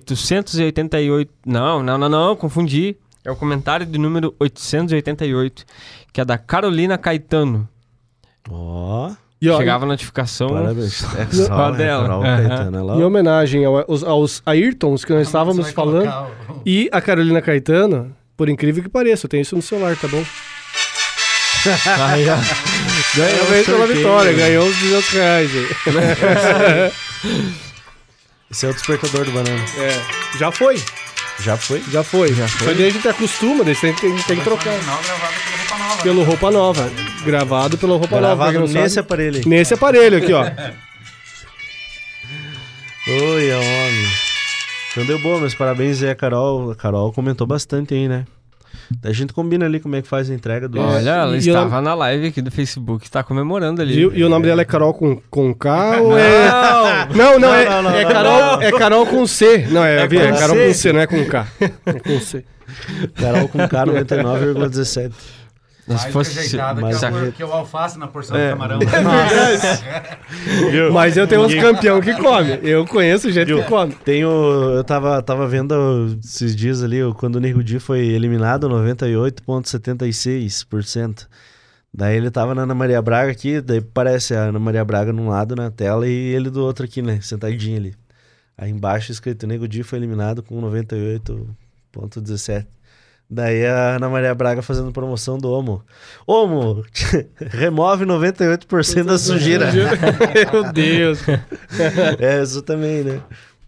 Speaker 3: 888. Não, não, não, não, confundi. É o comentário de número 888, que é da Carolina Caetano.
Speaker 4: Ó.
Speaker 2: E, ó,
Speaker 3: Chegava a notificação.
Speaker 4: Parabéns. É
Speaker 3: Só
Speaker 4: só,
Speaker 3: dela.
Speaker 4: né, Carol
Speaker 3: Aham.
Speaker 4: Caetano, ela-
Speaker 2: em homenagem ao- aos, aos Ayrtons que nós estávamos
Speaker 5: Você vai colocar
Speaker 2: falando
Speaker 5: o-
Speaker 2: e a Carolina Caetano, por incrível que pareça, eu tenho isso no celular, tá bom?
Speaker 4: Aí, ó. Ganhou
Speaker 2: Parabéns pela
Speaker 4: sorteio.
Speaker 2: vitória, ganhou os 200 reais. aí.
Speaker 4: Esse é o despertador do banana.
Speaker 2: É, já foi,
Speaker 4: Já foi?
Speaker 2: já foi. Já foi. Só que a gente acostuma, daí tem, tem, tem que trocar.
Speaker 5: Original gravado pela roupa nova.
Speaker 2: Pelo Roupa Nova, gravado pelo Roupa Nova. pra quem
Speaker 4: Tá Gravado
Speaker 2: não
Speaker 4: nesse
Speaker 2: sabe.
Speaker 4: aparelho aí.
Speaker 2: nesse aparelho aqui, ó.
Speaker 4: Oi, é homem. Então deu boa, meus parabéns aí a Carol. A Carol comentou bastante aí, né? Daí a gente combina ali como é que faz a entrega do.
Speaker 3: Olha, ela
Speaker 2: E eu-
Speaker 3: estava na live aqui do Facebook, tá comemorando ali.
Speaker 2: E, e o nome dela é Carol com, com K ou é. Não, não, é,
Speaker 4: não, não,
Speaker 2: é,
Speaker 4: não,
Speaker 2: Carol, é Carol com C. Não, é, é,
Speaker 4: com
Speaker 2: Carol
Speaker 4: C.
Speaker 2: com C, não é com K. É com C.
Speaker 4: Carol com K 99,17.
Speaker 3: Mas se
Speaker 5: Mais
Speaker 3: fosse-
Speaker 5: rejeitada
Speaker 4: mas
Speaker 5: que,
Speaker 4: a
Speaker 5: a,
Speaker 4: gente-
Speaker 5: que o alface na porção
Speaker 4: É.
Speaker 5: do camarão.
Speaker 2: Mas eu tenho uns campeão que come. Eu conheço gente que come.
Speaker 4: Tem o. Eu tava, tava vendo esses dias ali, o- quando o Nego Di foi eliminado, 98,76%. Daí ele tava na Ana Maria Braga aqui, daí parece a Ana Maria Braga num lado na tela e ele do outro aqui, né? Sentadinho ali. Aí embaixo escrito: Nego Di foi eliminado com 98,17%. Daí a Ana Maria Braga fazendo promoção do Homo. Homo, remove 98% da sujeira.
Speaker 2: Meu Deus.
Speaker 4: é, isso também, né?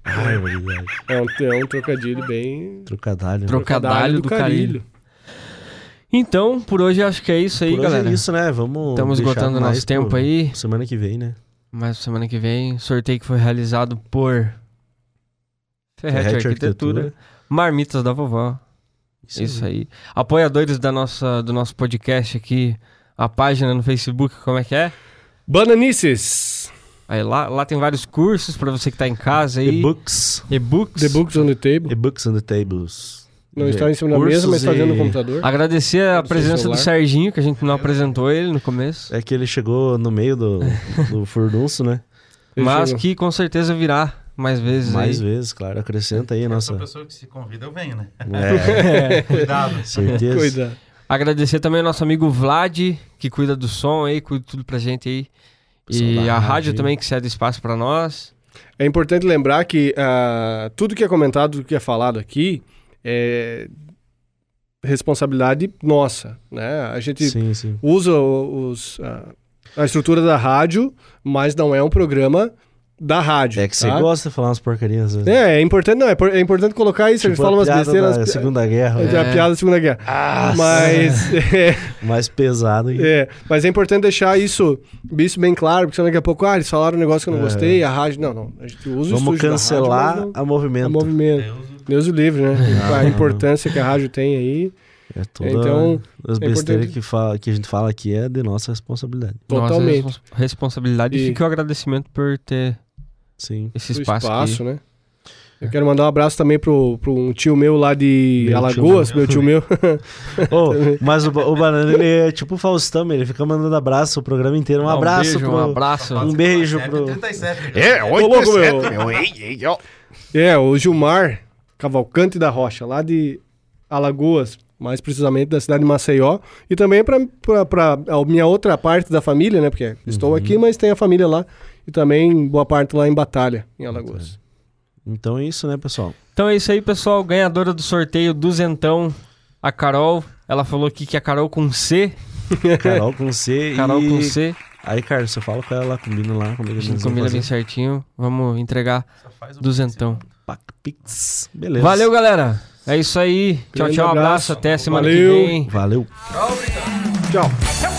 Speaker 4: Ai, obrigado.
Speaker 2: É um, é um trocadilho bem.
Speaker 4: Trocadalho. né?
Speaker 3: Troca- Trocadalho do carilho. Então, por hoje acho que é isso aí,
Speaker 4: Por hoje
Speaker 3: galera.
Speaker 4: é isso, né? Vamos.
Speaker 3: Estamos
Speaker 4: deixar
Speaker 3: esgotando
Speaker 4: mais
Speaker 3: nosso tempo
Speaker 4: pro-
Speaker 3: aí.
Speaker 4: Semana que vem, né?
Speaker 3: Mas semana que vem, sorteio que foi realizado por Ferrete,
Speaker 4: Ferrete
Speaker 3: Arquitetura,
Speaker 4: Arquitetura.
Speaker 3: Marmitas da Vovó. Isso, aí. Apoiadores da nossa, do nosso podcast aqui, a página no Facebook, como é que é?
Speaker 2: Bananices.
Speaker 3: Aí lá, lá tem vários cursos pra você que tá em casa aí.
Speaker 4: E-books.
Speaker 3: E-books.
Speaker 2: The Books on the Table.
Speaker 4: E-books on the tables.
Speaker 2: Não está em cima da
Speaker 4: Cursos
Speaker 2: mesa, mas está dentro
Speaker 4: e-
Speaker 2: do computador.
Speaker 3: Agradecer a
Speaker 2: Do seu
Speaker 3: presença do
Speaker 2: celular.
Speaker 3: Serginho, que a gente não apresentou ele no começo.
Speaker 4: É que ele chegou no meio do, do furdunço, né?
Speaker 2: Ele
Speaker 3: mas
Speaker 2: chegou.
Speaker 3: que com certeza virá mais vezes
Speaker 4: Mais
Speaker 3: aí.
Speaker 4: vezes, claro. Acrescenta aí,
Speaker 5: Eu
Speaker 4: nossa.
Speaker 5: sou pessoa que se convida, eu venho, né?
Speaker 4: É,
Speaker 5: Cuidado.
Speaker 4: certeza.
Speaker 2: Cuidado.
Speaker 3: Agradecer também ao nosso amigo Vlad, que cuida do som aí, cuida tudo pra gente aí.
Speaker 4: Pessoal
Speaker 3: E
Speaker 4: da
Speaker 3: a rádio
Speaker 4: rádio.
Speaker 3: também, que cede espaço pra nós.
Speaker 2: É importante lembrar que ah, tudo que é comentado, tudo que é falado aqui é responsabilidade nossa, né? A gente
Speaker 4: Sim, sim.
Speaker 2: usa o- os, ah, a estrutura da rádio, mas não é um programa da rádio.
Speaker 4: É que você
Speaker 2: tá?
Speaker 4: gosta de falar umas porcarias às vezes.
Speaker 2: É, é importante, não, é, por- é importante colocar isso, a gente
Speaker 4: Tipo,
Speaker 2: fala
Speaker 4: a
Speaker 2: umas
Speaker 4: piada
Speaker 2: besteiras,
Speaker 4: da
Speaker 2: pi-
Speaker 4: Segunda Guerra. né?
Speaker 2: é, a piada da Segunda Guerra. mas, é,
Speaker 4: Mais pesado. E...
Speaker 2: é, mas é importante deixar isso, isso bem claro, porque senão daqui a pouco, ah, eles falaram um negócio que eu não
Speaker 4: É.
Speaker 2: gostei, a rádio, não, não, a gente usa o
Speaker 4: Vamos
Speaker 2: estúdio da
Speaker 4: cancelar
Speaker 2: rádio, mas
Speaker 4: a
Speaker 2: não-
Speaker 4: movimento.
Speaker 2: a movimento.
Speaker 5: Deus, o-
Speaker 2: Deus o livre, né?
Speaker 4: Ah,
Speaker 2: a
Speaker 4: não.
Speaker 2: importância que a rádio tem aí,
Speaker 4: É toda
Speaker 2: Então,
Speaker 4: as
Speaker 2: é
Speaker 4: besteiras
Speaker 2: importante.
Speaker 4: que, fala, que a gente fala aqui é de nossa responsabilidade.
Speaker 2: totalmente.
Speaker 3: Nossa respons- é responsabilidade. E
Speaker 2: E-
Speaker 3: fica o agradecimento por ter
Speaker 4: Sim.
Speaker 3: esse
Speaker 2: do
Speaker 3: espaço, aqui.
Speaker 2: né? Eu quero mandar um abraço também pro, pro um tio meu lá de
Speaker 4: Meu
Speaker 2: Alagoas, meu tio meu.
Speaker 4: Ô, mas o, Ba- o Banana, ele é tipo o Faustão, ele fica mandando abraço o programa inteiro. Um
Speaker 3: Dá
Speaker 4: abraço
Speaker 3: beijo,
Speaker 4: pro...
Speaker 3: um abraço.
Speaker 4: Um beijo
Speaker 5: 37,
Speaker 4: pro-
Speaker 5: 37.
Speaker 6: É,
Speaker 2: Ô, louco, meu.
Speaker 6: 87, meu. Ei, ei, ó.
Speaker 2: É, o Gilmar Cavalcante da Rocha, lá de Alagoas, mais precisamente da cidade de Maceió. E também pra- pra pra a minha outra parte da família, né? Porque
Speaker 3: Uhum.
Speaker 2: estou aqui, mas tem a família lá. E também boa parte lá em Batalha, em Alagoas.
Speaker 4: Então é isso, né, pessoal?
Speaker 3: Então é isso aí, pessoal. Ganhadora do sorteio, duzentão, a Carol. Ela falou aqui que é Carol com C.
Speaker 4: Carol com C
Speaker 3: Carol
Speaker 4: e...
Speaker 3: com C.
Speaker 4: Aí, cara, você fala com ela, combina lá,
Speaker 3: A
Speaker 4: combina com
Speaker 3: gente combina bem certinho. Vamos entregar
Speaker 5: Só faz um
Speaker 3: duzentão.
Speaker 4: Pix. Beleza.
Speaker 3: Valeu, galera. É isso aí. Tchau,
Speaker 2: Grande
Speaker 3: tchau.
Speaker 2: abraço.
Speaker 3: Abraço. Até semana
Speaker 2: Valeu.
Speaker 3: que vem.
Speaker 4: Valeu.
Speaker 2: Tchau.
Speaker 1: Então